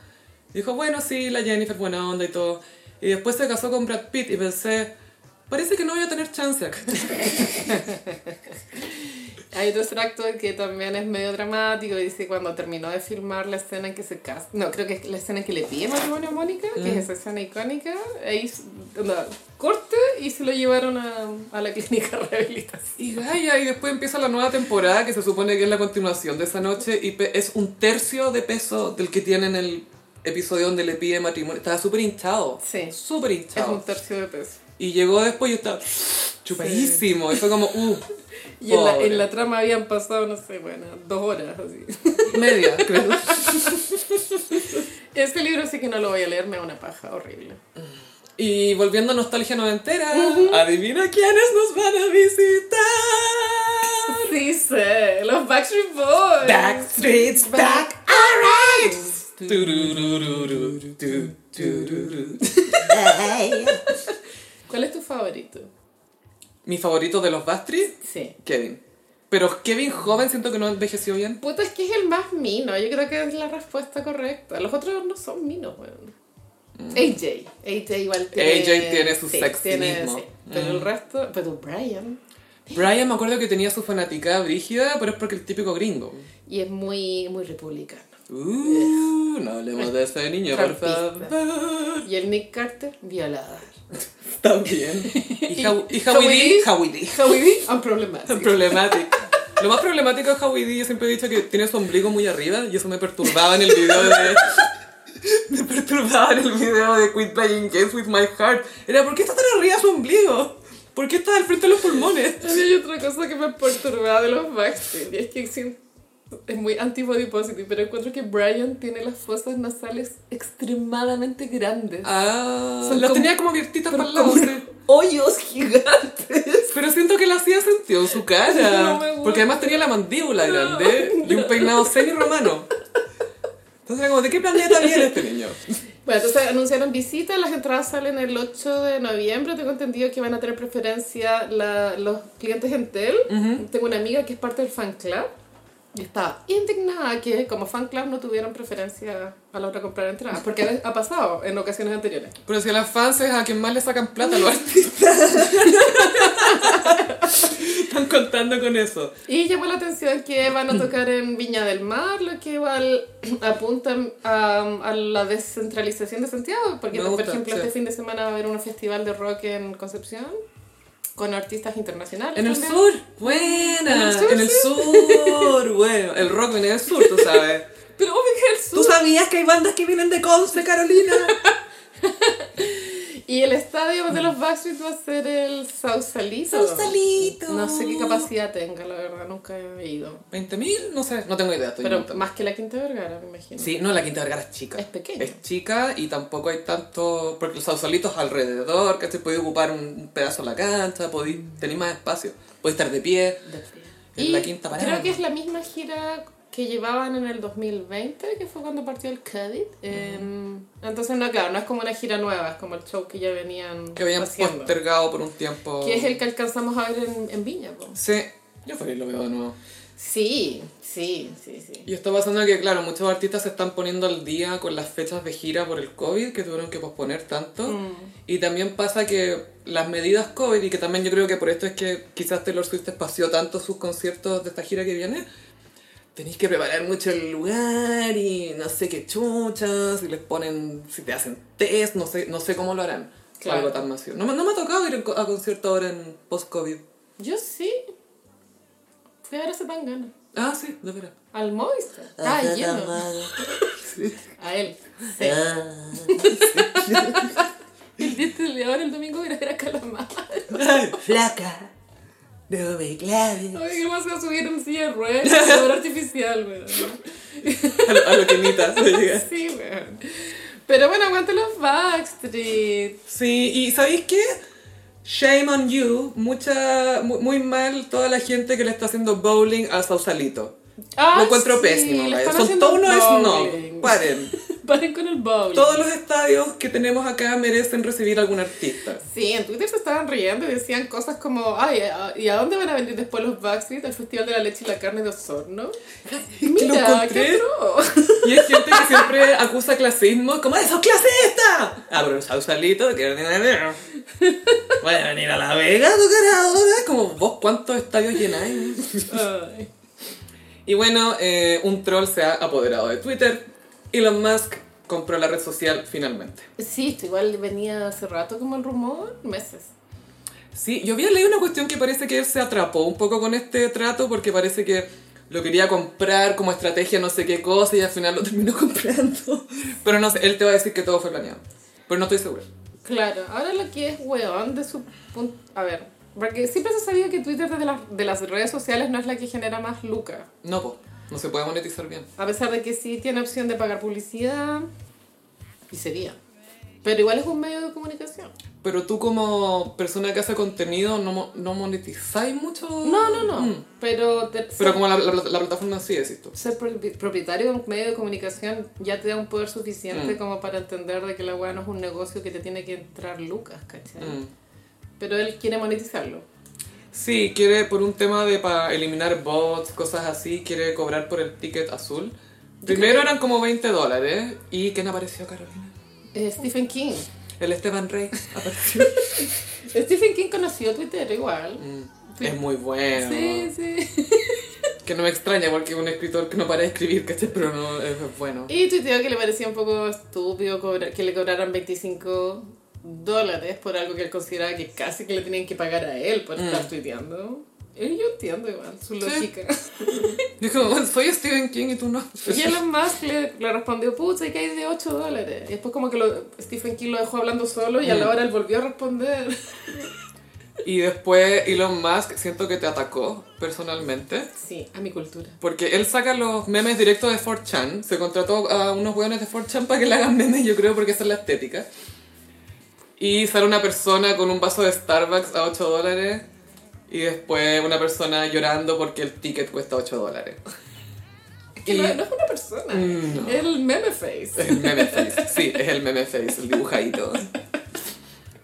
S1: dijo, bueno, sí, la Jennifer, buena onda y todo. Y después se casó con Brad Pitt y pensé, parece que no voy a tener chance.
S2: Hay otro extracto que también es medio dramático. Dice cuando terminó de filmar la escena en que se casa. No, creo que es la escena en que le pide matrimonio a Mónica, que es esa escena icónica. Ahí s- onda, corte y se lo llevaron a, a la clínica de rehabilitación.
S1: Y Gaia, y después empieza la nueva temporada, que se supone que es la continuación de esa noche, y pe- es un tercio de peso del que tiene en el episodio donde le pide matrimonio. Estaba súper hinchado.
S2: Sí.
S1: Súper
S2: Es un
S1: hinchado.
S2: tercio de peso.
S1: Y llegó después y estaba chupadísimo. Y fue como, uh,
S2: Y en la,
S1: pobre.
S2: en la trama habían pasado, no sé, bueno, dos horas así.
S1: media, creo.
S2: Este libro sí que no lo voy a leer, me da una paja horrible.
S1: Y volviendo a Nostalgia Noventera, adivina quiénes nos van a visitar.
S2: Sí sé, los Backstreet Boys.
S1: Backstreet's back, alright. Tururururu, tu, tururu.
S2: ¿Cuál es tu favorito?
S1: Mi favorito de los Backstreet,
S2: Sí.
S1: Kevin. Pero Kevin joven siento que no envejeció bien.
S2: Puta, es que es el más mino. Yo creo que es la respuesta correcta. Los otros no son minos, weón. AJ. AJ igual tiene...
S1: AJ tiene su sexinismo.
S2: pero el resto... Pero Brian...
S1: Brian me acuerdo que tenía su fanaticada brígida, pero es porque el típico gringo.
S2: Y es muy, muy republicano.
S1: Uh, no hablemos de ese niño, por
S2: Trampista.
S1: favor.
S2: Y el Nick Carter, violador.
S1: También. Y, How- y
S2: Y
S1: Howie D.
S2: Howie D.
S1: Howie D.
S2: Howie D, un problemático.
S1: Problemático. Lo más problemático es Howie D. Yo siempre he dicho que tiene su ombligo muy arriba y eso me perturbaba en el video de. Me perturbaba en el video de Quit Playing Games with My Heart. Era, ¿por qué está tan arriba su ombligo? ¿Por qué estás al frente de los pulmones?
S2: A mí hay otra cosa que me perturbaba de los Backstreet, y es que sin- es muy antibody positive, pero encuentro que Brian tiene las fosas nasales extremadamente grandes.
S1: Ah,
S2: Son
S1: las
S2: como-
S1: tenía como abiertitas para el lado. sí.
S2: hoyos gigantes.
S1: Pero siento que la hacía sentido en su cara.
S2: No me gusta.
S1: porque además tenía la mandíbula grande y un peinado semi-romano. Entonces era como, ¿de qué planeta viene este niño?
S2: Bueno, entonces anunciaron visitas, las entradas salen el 8 de noviembre, tengo entendido que van a tener preferencia la- los clientes en TEL. Tengo una amiga que es parte del fan club y estaba indignada que como fan club no tuvieron preferencia a la hora de comprar entradas, porque ha- ha pasado en ocasiones anteriores.
S1: Pero si a las fans es a quien más le sacan plata los artistas. Están contando con eso.
S2: Y llamó la atención que van a tocar en Viña del Mar, lo que igual apunta a, a la descentralización de Santiago, porque
S1: Me
S2: por
S1: gusta,
S2: ejemplo
S1: sí.
S2: este fin de semana va a haber un festival de rock en Concepción con artistas internacionales.
S1: En el
S2: también.
S1: sur, buena.
S2: En el sur,
S1: En el sur, bueno. El rock viene del sur, tú sabes.
S2: Pero obvio que el sur.
S1: sabías que hay bandas que vienen de Conce, Carolina?
S2: Y el estadio de
S1: Mm.
S2: los Backstreet va a ser el Sausalito.
S1: Sausalito.
S2: No sé qué capacidad tenga, la verdad, nunca he ido.
S1: ¿20.000? No sé, no tengo idea. Estoy
S2: Pero
S1: inventando.
S2: más que la Quinta Vergara, me imagino.
S1: Sí, no, la Quinta Vergara es chica.
S2: Es pequeña.
S1: Es chica y tampoco hay tanto. Porque los sausalitos alrededor, que te podéis ocupar un pedazo de la cancha, podéis tener más espacio, podéis estar de pie. En
S2: Y
S1: la quinta parada.
S2: Creo que es la misma gira que llevaban en el 2020, que fue cuando partió el COVID. Em, entonces, no, claro, no es como una gira nueva, es como el show que ya venían
S1: Que habían
S2: haciendo.
S1: postergado por un tiempo.
S2: Que es el que alcanzamos a ver en, en Viña. po.
S1: Sí, yo feliz lo veo de nuevo.
S2: Sí, sí, sí, sí.
S1: Y está pasando que, claro, muchos artistas se están poniendo al día con las fechas de gira por el COVID, que tuvieron que posponer tanto. Y también pasa que las medidas COVID, y que también yo creo que por esto es que quizás Taylor Swift espació tanto sus conciertos de esta gira que viene, tenéis que preparar mucho el lugar y no sé qué chuchas, y les ponen, si te hacen test, no sé, no sé cómo lo harán.
S2: Claro.
S1: Algo tan masivo. No, me- no me ha tocado ir a concierto ahora en post-COVID.
S2: Yo sí. Fui a ver a Zetangana.
S1: Ah, sí, de veras.
S2: Al Movistar.
S1: Ah,
S2: Estaba lleno. A él. Sí. El 10 de ahora el domingo era a ver a Calamar.
S3: Flaca, no me claves.
S2: Ay, ¿qué más va a subir en silla de ruedas? Sabor artificial, weón.
S1: A lo, a lo que imita, se llega.
S2: Sí, weón. Pero bueno, aguante los Backstreet.
S1: Sí, y ¿sabéis qué? Shame on you, mucha, mu- muy, mal toda la gente que le está haciendo bowling a Sausalito.
S2: Ah,
S1: Lo encuentro
S2: sí,
S1: pésimo,
S2: le
S1: vaya.
S2: están
S1: son
S2: haciendo
S1: todos unos
S2: bowling.
S1: snob. Paren.
S2: Paren con el bowling.
S1: Todos los estadios que tenemos acá merecen recibir algún artista.
S2: Sí, en Twitter se estaban riendo y decían cosas como, ay, ¿a- ¿y a dónde van a venir después los Backstreet? Al Festival de la Leche y la Carne de Osorno.
S1: lo
S2: Mira,
S1: encontré.
S2: qué atroz.
S1: Y hay gente que siempre acusa clasismo, como ¡Eso es clasista! Ah, pero en Sausalito, que no tiene dinero. Voy a venir a La Vega, tú ahora. Como vos, ¿cuántos estadios llenáis?
S2: Ay.
S1: Y bueno, eh, un troll se ha apoderado de Twitter. Elon Musk compró la red social finalmente.
S2: Sí, esto igual venía hace rato como el rumor, meses.
S1: Sí, yo había leído una cuestión que parece que él se atrapó un poco con este trato porque parece que lo quería comprar como estrategia no sé qué cosa y al final lo terminó comprando. Pero no sé, él te va a decir que todo fue planeado. Pero no estoy segura.
S2: Claro, ahora lo que es weón de su punto... A ver, porque siempre se ha sabido que Twitter desde las- de las redes sociales no es la que genera más lucas.
S1: No, po, no se puede monetizar bien.
S2: A pesar de que sí tiene opción de pagar publicidad y sería. Pero igual es un medio de comunicación.
S1: Pero tú como persona que hace contenido no, mo- no monetizáis mucho.
S2: No, no, no.
S1: Mm.
S2: Pero, te-
S1: Pero como la, la- la plataforma sí es esto.
S2: ser propi- propietario de un medio de comunicación ya te da un poder suficiente
S1: Mm.
S2: como para entender de que la weá no es un negocio que te tiene que entrar lucas, ¿cachai?
S1: Mm.
S2: Pero él quiere monetizarlo.
S1: Sí, quiere por un tema de para eliminar bots, cosas así, quiere cobrar por el ticket azul. Primero eran como 20 dólares. ¿Y quién apareció, Carolina?
S2: Eh, Stephen King.
S1: El Esteban Rey apareció.
S2: Stephen King conoció Twitter igual.
S1: Mm, es muy bueno.
S2: Sí, sí.
S1: Que no me extraña porque es un escritor que no para de escribir, ¿cachai? Pero no es, es bueno.
S2: Y tuiteó que le parecía un poco estúpido cobrar- que le cobraran 25 dólares por algo que él consideraba que casi que le tenían que pagar a él por estar tuiteando. Y yo entiendo igual su lógica.
S1: Dijo, "Bueno, soy Stephen King y tú no.
S2: Y Elon Musk le, le respondió, pucha, que hay de 8 dólares. Y después como que lo- Stephen King lo dejó hablando solo y a la hora él volvió a responder.
S1: Y después Elon Musk siento que te atacó personalmente.
S2: Sí, a mi cultura.
S1: Porque él saca los memes directos de 4chan. Se contrató a unos hueones de 4chan para que le hagan memes, yo creo, porque esa es la estética. Y sale una persona con un vaso de Starbucks a 8 dólares. Y después una persona llorando porque el ticket cuesta 8 dólares.
S2: Que
S1: Y-
S2: no, no es una persona,
S1: No.
S2: es el meme face.
S1: El meme face. Sí, es el meme face, el dibujadito.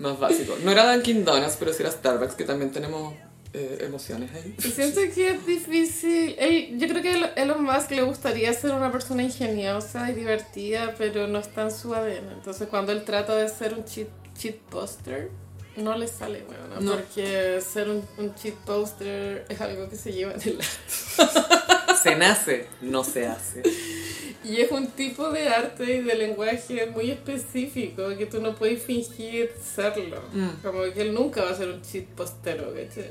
S1: Más básico. No era Dunkin' Donuts, pero sí era Starbucks, que también tenemos eh, emociones ahí.
S2: Y siento que es difícil. Él- yo creo que a Elon Musk le gustaría ser una persona ingeniosa y divertida, pero no es tan suave. Entonces, cuando él trata de ser un cheat, cheat poster, no le sale, bueno,
S1: No.
S2: porque ser un, un cheat poster es algo que se lleva de la.
S1: Se nace, no se hace.
S2: Y es un tipo de arte y de lenguaje muy específico que tú no puedes fingir serlo. Como que él nunca va a ser un cheat postero, ¿cachai?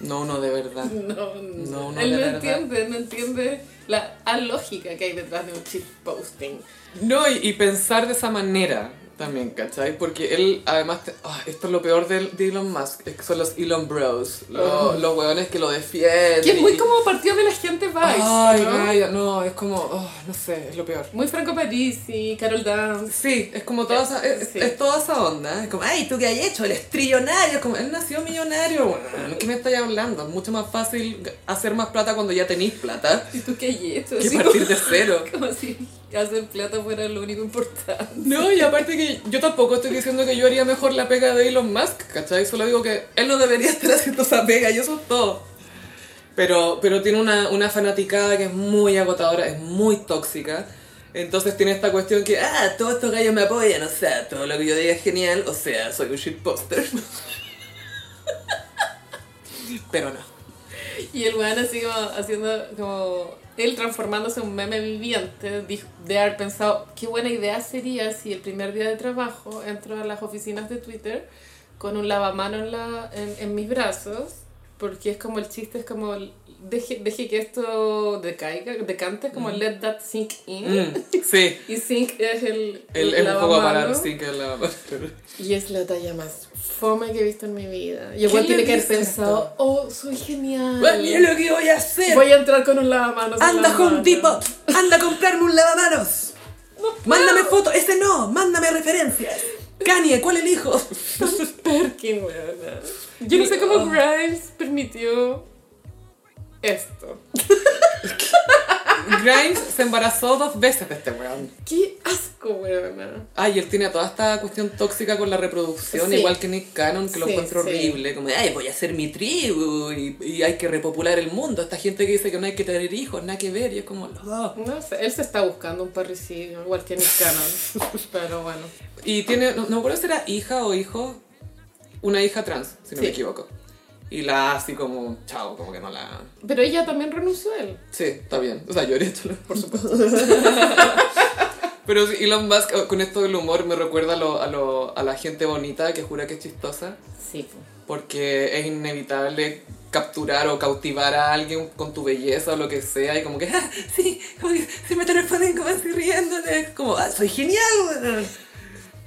S1: No, no, de verdad.
S2: No,
S1: No, no,
S2: él
S1: de
S2: no
S1: verdad.
S2: entiende, no entiende la alógica que hay detrás de un cheat posting.
S1: No, y, y pensar de esa manera también, ¿cachai? Porque él, además, te- ah, esto es lo peor de, de Elon Musk, es que son los Elon Bros, lo- los hueones que lo defienden.
S2: Oh. Que es muy
S1: y-
S2: como partido de la gente Vice,
S1: Ay,
S2: ¿no?
S1: Gaia, no, es como, oh, no sé, es lo peor.
S2: Muy Franco Parisi, Carol Dance.
S1: Sí, es como toda esa, es,
S2: Sí.
S1: es toda esa onda. Es como, ay, ¿tú qué has hecho? Él es trillonario. Es como, él nació millonario. Bueno, ¿Qué me estáis hablando? Es mucho más fácil hacer más plata cuando ya tenéis plata
S2: ¿Y tú qué hay hecho?
S1: que
S2: Así
S1: partir de
S2: como-
S1: cero.
S2: Como si hacer plata fuera lo único importante.
S1: No, y aparte que yo tampoco estoy diciendo que yo haría mejor la pega de Elon Musk, ¿cachai? Solo digo que él no debería estar haciendo esa pega y eso es todo. Pero, pero tiene una, una fanaticada que es muy agotadora, es muy tóxica. Entonces tiene esta cuestión que, ah, todos estos gallos me apoyan, o sea, todo lo que yo diga es genial, o sea, soy un shitposter. pero no.
S2: Y el weón así como haciendo como... Él transformándose en un meme viviente, dijo, de haber pensado, qué buena idea sería si el primer día de trabajo entro a las oficinas de Twitter con un lavamano en, la, en, en mis brazos, porque es como el chiste, es como, el- deje, deje que esto decaiga, decante, es como let that sink in.
S1: Mm, sí,
S2: Y sink es el,
S1: él
S2: el
S1: es un poco
S2: lavamano,
S1: parar, sí que la
S2: Y es la talla más fome que he visto en mi vida. Y
S1: ¿Quién
S2: el weón
S1: le
S2: tiene que haber
S1: dice
S2: pensado,
S1: esto?
S2: oh, soy genial.
S1: lo que voy a hacer.
S2: Voy a entrar con un lavamanos. en
S3: Anda
S2: la
S3: Home
S2: mano.
S3: Depot, anda a comprarme un lavamanos. Mándame fotos, ese no, mándame referencias. Kanye, ¿cuál elijo?
S2: Perkin, weona. Yo no sé cómo Grimes permitió esto.
S1: Grimes se embarazó dos veces de este weón.
S2: Qué asco, weona.
S1: Ay, él tiene toda esta cuestión tóxica con la reproducción,
S2: Sí.
S1: igual que Nick Cannon, que lo
S2: Sí,
S1: encuentro
S2: sí.
S1: horrible. Como, ay, voy a hacer mi tribu y, y hay que repopular el mundo. Esta gente que dice que no hay que tener hijos, nada que ver, y es como, no.
S2: No sé, él se está buscando un parricidio, igual que Nick Cannon. Pero bueno.
S1: Y tiene, no, no me acuerdo si era hija o hijo, una hija trans, si no
S2: Sí.
S1: me equivoco. Y la así como, chao, como que no la...
S2: Pero ella también renunció a él.
S1: Sí, está bien. O sea, yo haría esto, por supuesto. Pero sí, Elon Musk, eh, con esto del humor, me recuerda a, lo- a lo- a la gente bonita que jura que es chistosa.
S2: Sí.
S1: porque es inevitable capturar o cautivar a alguien con tu belleza o lo que sea y como que "Ah, sí como que se me transponen como así riéndole como "Ah, soy genial weón.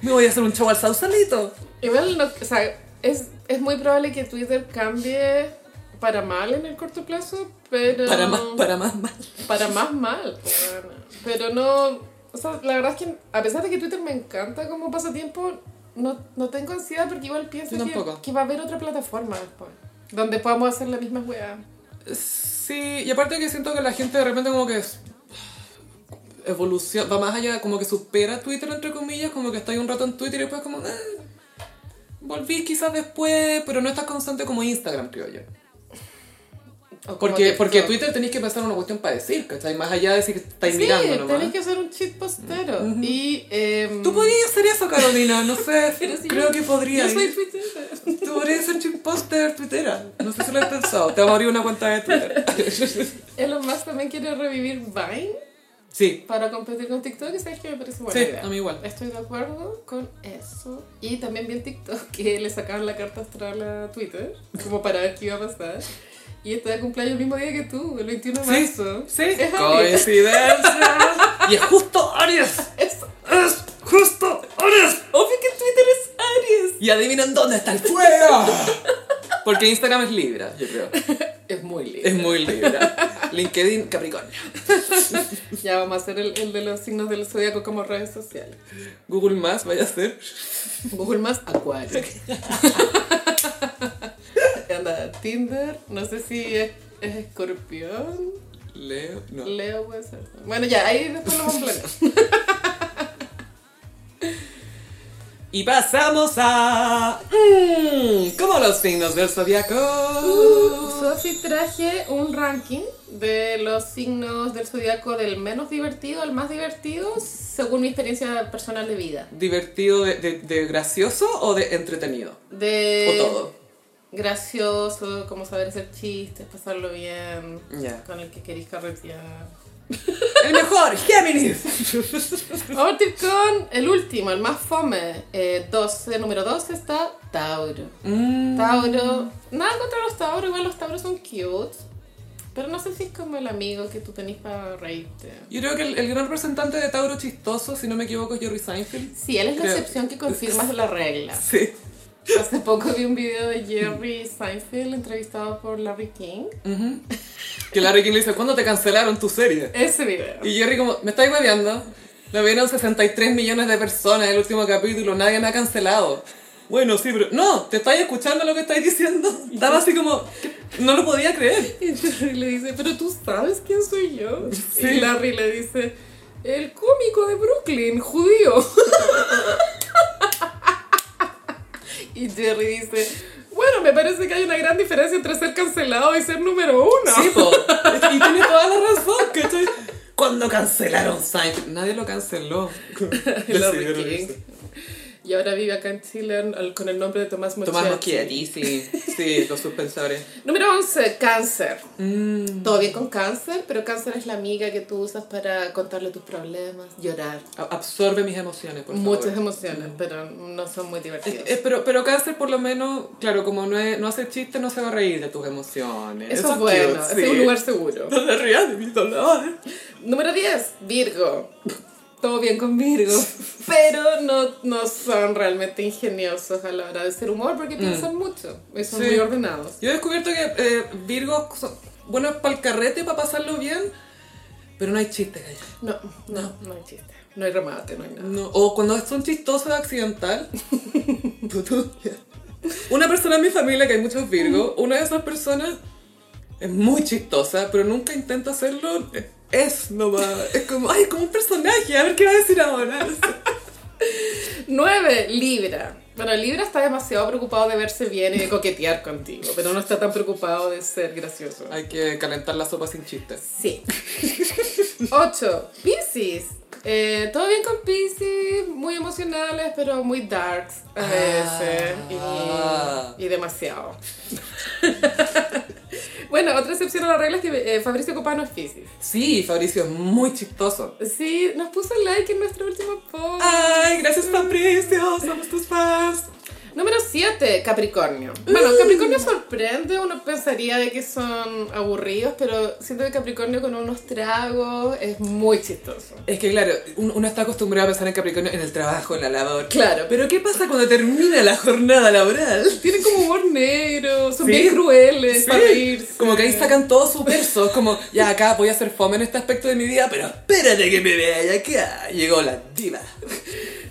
S1: me voy a hacer un show al sausalito
S2: Igual, no, o sea, es, es muy probable que Twitter cambie para mal en el corto plazo, pero...
S1: para más para más mal
S2: para más mal. weona. Pero no, o sea, la verdad es que a pesar de que Twitter me encanta como pasatiempo, no, no tengo ansiedad porque igual pienso
S1: Yo
S2: que,
S1: tampoco.
S2: que va a haber otra plataforma después, donde podamos hacer la misma weá.
S1: sí y aparte que siento que la gente de repente como que es- evoluciona va más allá como que supera Twitter entre comillas como que estáis un rato en Twitter y después como "Ah, volví quizás después pero no estás constante como Instagram creo yo
S2: O como
S1: Porque,
S2: TikTok.
S1: porque Twitter tenéis que pensar una cuestión para decir, ¿cachai? Más allá de decir que estáis
S2: Sí,
S1: mirando nomás.
S2: tenés que hacer un cheat postero. Y. em,
S1: Mm. Tú podrías hacer eso, Carolina, no sé.
S2: Pero si
S1: creo
S2: yo-
S1: que podrías.
S2: Yo soy Twitter.
S1: Tú podrías ser chimposter, twittera. No sé si lo has pensado. Te vamos a abrir una cuenta de Twitter.
S2: Elon Musk también quiere revivir Vine
S1: sí.
S2: para competir con TikTok. Y sabes que me parece buena
S1: Sí,
S2: idea.
S1: a mí igual.
S2: Estoy de acuerdo con eso. Y también vi en TikTok que le sacaron la carta astral a Twitter, como para ver qué iba a pasar. Y está de cumpleaños el mismo día que tú, el 21 de
S1: Sí,
S2: marzo.
S1: sí.
S2: Es Aries.
S1: Coincidencia. y es justo Aries.
S2: Es-
S1: Es justo Aries.
S2: Obvio que Twitter es Aries.
S1: Y adivinan dónde está el fuego. Porque Instagram es Libra, yo creo.
S2: Es muy lindo.
S1: Es muy Libra. LinkedIn, Capricornio.
S2: Ya vamos a hacer el, el de los signos del zodiaco como redes sociales.
S1: Google Más, vaya a ser.
S2: Google más Acuario. Anda, Tinder, no sé si es, es escorpión.
S1: Leo. No.
S2: Leo puede ser. Bueno, ya, ahí después lo vamos a planear.
S1: Y pasamos a. Mm, ¿Cómo los signos del zodiaco?
S2: Sofi traje un ranking de los signos del zodiaco del menos divertido al más divertido según mi experiencia personal de vida.
S1: ¿Divertido de, de- de gracioso o de entretenido?
S2: De
S1: O todo.
S2: Gracioso, como saber hacer chistes, pasarlo bien,
S1: Ya.
S2: con el que queréis carretear.
S3: El mejor, Géminis.
S2: Vamos a partir con el último, el más fome. Eh, 12, número 12 está Tauro.
S1: Mm,
S2: Tauro. Nada contra los Tauros, igual los Tauros son cute. Pero no sé si es como el amigo que tú tenés para reírte.
S1: Yo creo que el, el gran representante de Tauro chistoso, si no me equivoco, es Jerry Seinfeld.
S2: Sí, él es la
S1: Creo-
S2: excepción que confirma la regla.
S1: Sí.
S2: Hace poco vi un video de Jerry Seinfeld entrevistado por Larry King.
S1: Ujú. Que Larry King le dice, ¿cuándo te cancelaron tu serie?
S2: Ese video.
S1: Y Jerry como, me estáis hueveando. La vieron 63 millones de personas el último capítulo, nadie me ha cancelado. Bueno, sí, pero... No, te estáis escuchando lo que estáis diciendo. Estaba así como... No lo podía creer.
S2: Y Jerry le dice, pero tú sabes quién soy yo.
S1: Sí.
S2: Y Larry le dice, el cómico de Brooklyn, judío. y Jerry dice, bueno, me parece que hay una gran diferencia entre ser cancelado y ser número uno.
S1: Sí, po. Y tiene toda la razón, ¿cachai? Cuando cancelaron Seinfeld. Nadie lo canceló.
S2: Larry
S1: Decidieron
S2: King.
S1: irse.
S2: Y ahora vive acá en Chile en- al- con el nombre de Tomás Mochetti.
S1: Tomás Moschiati, sí. Sí, los suspensores.
S2: Número 11, cáncer. Todo bien con cáncer, pero cáncer es la amiga que tú usas para contarle tus problemas, llorar. Mm.
S1: A- Absorbe mis emociones, por favor.
S2: Muchas emociones, pero no son muy divertidas.
S1: Eh, pero, pero cáncer por lo menos, claro, como no, es- no hace chiste, no se va a reír de tus emociones.
S2: Eso, es bueno,
S1: cute,
S2: es
S1: sí.
S2: un lugar seguro.
S1: No te rías de mis dolores.
S2: Número 10, Virgo. Todo bien con Virgo, pero no, no son realmente ingeniosos a la hora de ser humor porque piensan mucho y son
S1: Sí.
S2: muy ordenados.
S1: Yo he descubierto que eh, Virgos son buenos para el carrete, para pasarlo bien, pero no hay chistes gallo.
S2: No, no, no hay chiste, no hay remate, no hay nada.
S1: No, O cuando son chistosos accidental. Puto. una persona en mi familia, que hay muchos Virgos, una de esas personas es muy chistosa, pero nunca intenta hacerlo. Es nomás, es como, ay, como un personaje, a ver qué va a decir ahora.
S2: 9, Libra. Bueno, Libra está demasiado preocupado de verse bien y de coquetear contigo, pero no está tan preocupado de ser gracioso.
S1: Hay que calentar la sopa sin chistes.
S2: Sí. 8. Pisces. Eh, todo bien con Pisces, muy emocionales, pero muy darks a veces.
S1: Ah.
S2: Y, y demasiado. bueno, otra excepción a la regla es que eh, Fabricio Copano es Pisces.
S1: Sí, Fabricio es muy chistoso.
S2: Sí, nos puso like en nuestro último post.
S1: Ay, gracias Fabricio, somos tus fans.
S2: Número 7, Capricornio. Bueno,
S1: Mm.
S2: Capricornio sorprende, uno pensaría de que son aburridos, pero siento que Capricornio con unos tragos es muy chistoso.
S1: Es que claro, un- uno está acostumbrado a pensar en Capricornio en el trabajo, en la labor.
S2: Claro,
S1: Pero ¿qué pasa cuando termina la jornada laboral?
S2: Tienen como humor negro, son
S1: Sí.
S2: bien crueles para
S1: Sí.
S2: reírse.
S1: Como que ahí sacan todos sus versos, como ya acá voy a hacer fome en este aspecto de mi vida, pero espérate que me vea y acá. Llegó la diva.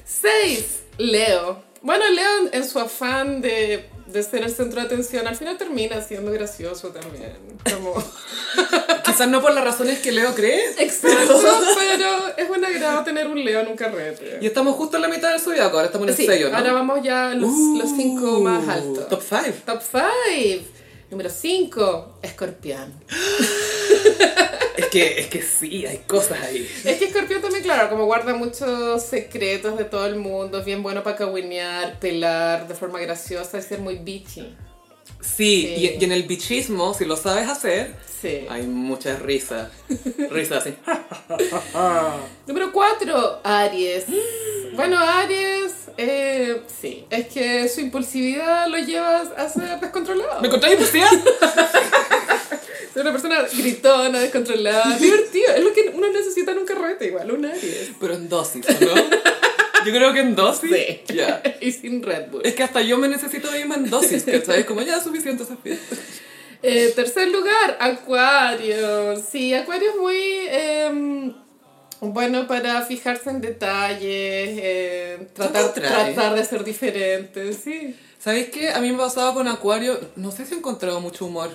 S2: 6. Leo. Bueno, Leo en su afán de, de ser el centro de atención, al final termina siendo gracioso también. Como...
S1: Quizás no por las razones que Leo cree.
S2: Exacto, pero es un agrado tener un Leo en un carrete.
S1: Y estamos justo en la mitad del zodiaco, ahora estamos en el
S2: Sí,
S1: sello, ¿no?
S2: ahora vamos ya a los,
S1: Uh,
S2: los cinco más altos.
S1: Top 5.
S2: Top 5. Número 5, Escorpión.
S1: Es que, es que sí, hay cosas ahí.
S2: Es que Escorpión también, claro, como guarda muchos secretos de todo el mundo, es bien bueno para caguinear, pelar de forma graciosa y ser muy bitchy.
S1: Sí,
S2: Sí.
S1: Y, y en el bichismo, si lo sabes hacer,
S2: Sí.
S1: hay muchas risas. Risas así. "Ah,
S2: Número 4, Aries. Bueno, Aries, eh, sí, es que su impulsividad lo lleva a ser descontrolado.
S1: ¿Me encontráis impulsiva?
S2: Es una persona gritona, descontrolada, divertida. Es lo que uno necesita en un carrete, igual, un Aries.
S1: Pero en dosis, ¿o ¿no? Yo creo que en dosis.
S2: Sí.
S1: Ya.
S2: y sin Red Bull.
S1: Es que hasta yo me necesito de irme en dosis, ¿cachai? Es como ya suficiente esa fiesta.
S2: Eh, tercer lugar, Acuario. Sí, Acuario es muy em, bueno para fijarse en detalles, em, tratar,
S1: ¿Cuánto trae?
S2: tratar de ser diferente, sí.
S1: ¿Sabéis qué? A mí me pasaba con Acuario, no sé si he encontrado mucho humor.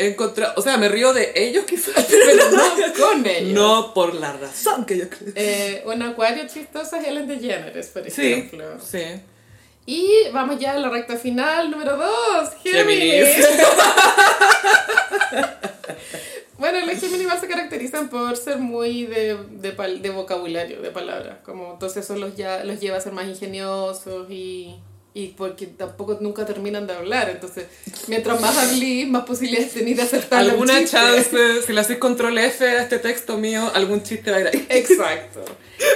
S1: He encontrado, o sea, me río de ellos quizás,
S2: Pero
S1: pero no,
S2: no con ellos.
S1: no por la razón que yo creo.
S2: Eh, un acuario chistoso es Ellen DeGeneres, por
S1: Sí,
S2: ejemplo.
S1: sí.
S2: Y vamos ya a la recta final, número 2, Géminis.
S1: Géminis.
S2: Bueno, los Géminis igual se caracterizan por ser muy de, de, pal- de vocabulario, de palabras. Como, entonces eso los, ya, los lleva a ser más ingeniosos y, y porque tampoco nunca terminan de hablar. Entonces, mientras más hablís, más posibilidades tenés de acertar los
S1: Alguna
S2: chistes.
S1: chance, si le haces control F a este texto mío, algún chiste va a ir ahí.
S2: Exacto.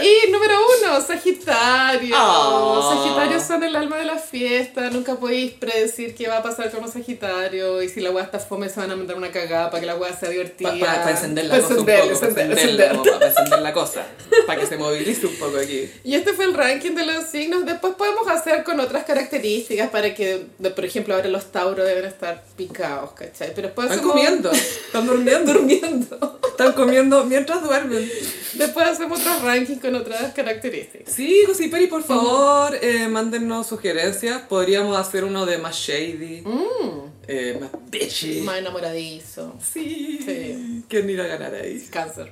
S2: Y número uno, Sagitario.
S1: Ah.
S2: Sagitario son el alma de la fiesta. Nunca podéis predecir qué va a pasar con un Sagitario. Y si la weá está fome, se van a mandar una cagada para que la weá sea divertida.
S1: Para encender la
S2: Pa'
S1: cosa un
S2: encenderla,
S1: poco, para
S2: encenderla,
S1: encenderla,
S2: encenderla.
S1: como para encender la cosa, para que se movilice un poco aquí.
S2: Y este fue el ranking de los signos. Después podemos hacer con otras características para que, de- por ejemplo, ahora los Tauros deben estar picados, ¿cachai? Pero después
S1: Están
S2: hacemos-
S1: comiendo, están durmiendo, durmiendo. Están comiendo mientras duermen.
S2: Después hacemos otros rankings con otras características.
S1: Sí, Gossiperi, por favor, eh, mándennos sugerencias. Podríamos hacer uno de más shady, eh, más bitchy.
S2: Más enamoradizo.
S1: Sí.
S2: Sí.
S1: ¿Quién irá a ganar ahí?
S2: Cáncer.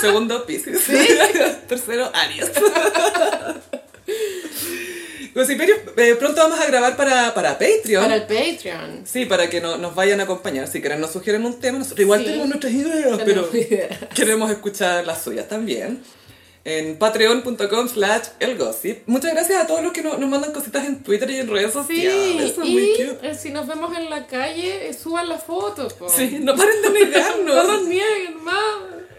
S1: Segundo, Pisces. Tercero, Aries. Gossiperi, eh, pronto vamos a grabar para, para Patreon.
S2: Para el Patreon.
S1: Sí, para que no- nos vayan a acompañar. Si quieren, nos sugieren un tema. Nosotros igual
S2: Sí.
S1: tenemos nuestras ideas,
S2: Tenemos
S1: pero
S2: ideas.
S1: queremos escuchar las suyas también. En patreon.com slash elgossip. Muchas gracias a todos los que no- nos mandan cositas en Twitter y en redes
S2: Sí,
S1: sociales. Eso es muy
S2: y
S1: cute.
S2: eh, si nos vemos en la calle, eh, suban las fotos, po.
S1: Sí, no paren de
S2: No los
S1: negarnos.
S2: nieguen más.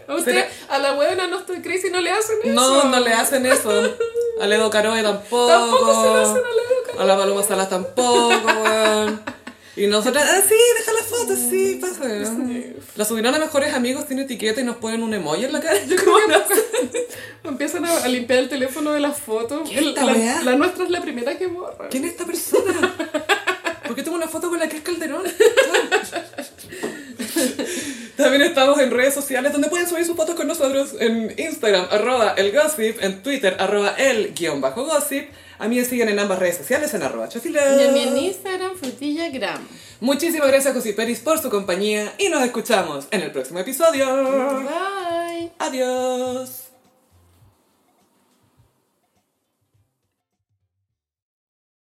S2: A usted, a la buena no estoy crazy, no le hacen eso.
S1: No, no le hacen eso. A Ledo Caroe tampoco.
S2: Tampoco se lo hacen a la
S1: A la Paloma Salas tampoco, weón. Y nosotras, ah, sí, deja las fotos, sí, pasa. La subieron a mejores amigos sin etiqueta y nos ponen un emoji en la cara. Yo como, no.
S2: Empiezan a, a limpiar el teléfono de las fotos.
S1: ¿Qué esta
S2: la,
S1: weá?
S2: la nuestra es la primera que borra.
S1: ¿Quién es esta persona? ¿Por qué tengo una foto con la que es Calderón? También estamos en redes sociales donde pueden subir sus fotos con nosotros en Instagram, arroba el gossip, en Twitter, arroba el guión bajo gossip. A mí me siguen en ambas redes sociales en arroba chafila.
S2: Y a mí en Instagram, frutillagram.
S1: Muchísimas gracias José Peris por su compañía y nos escuchamos en el próximo episodio.
S2: Bye.
S1: Adiós.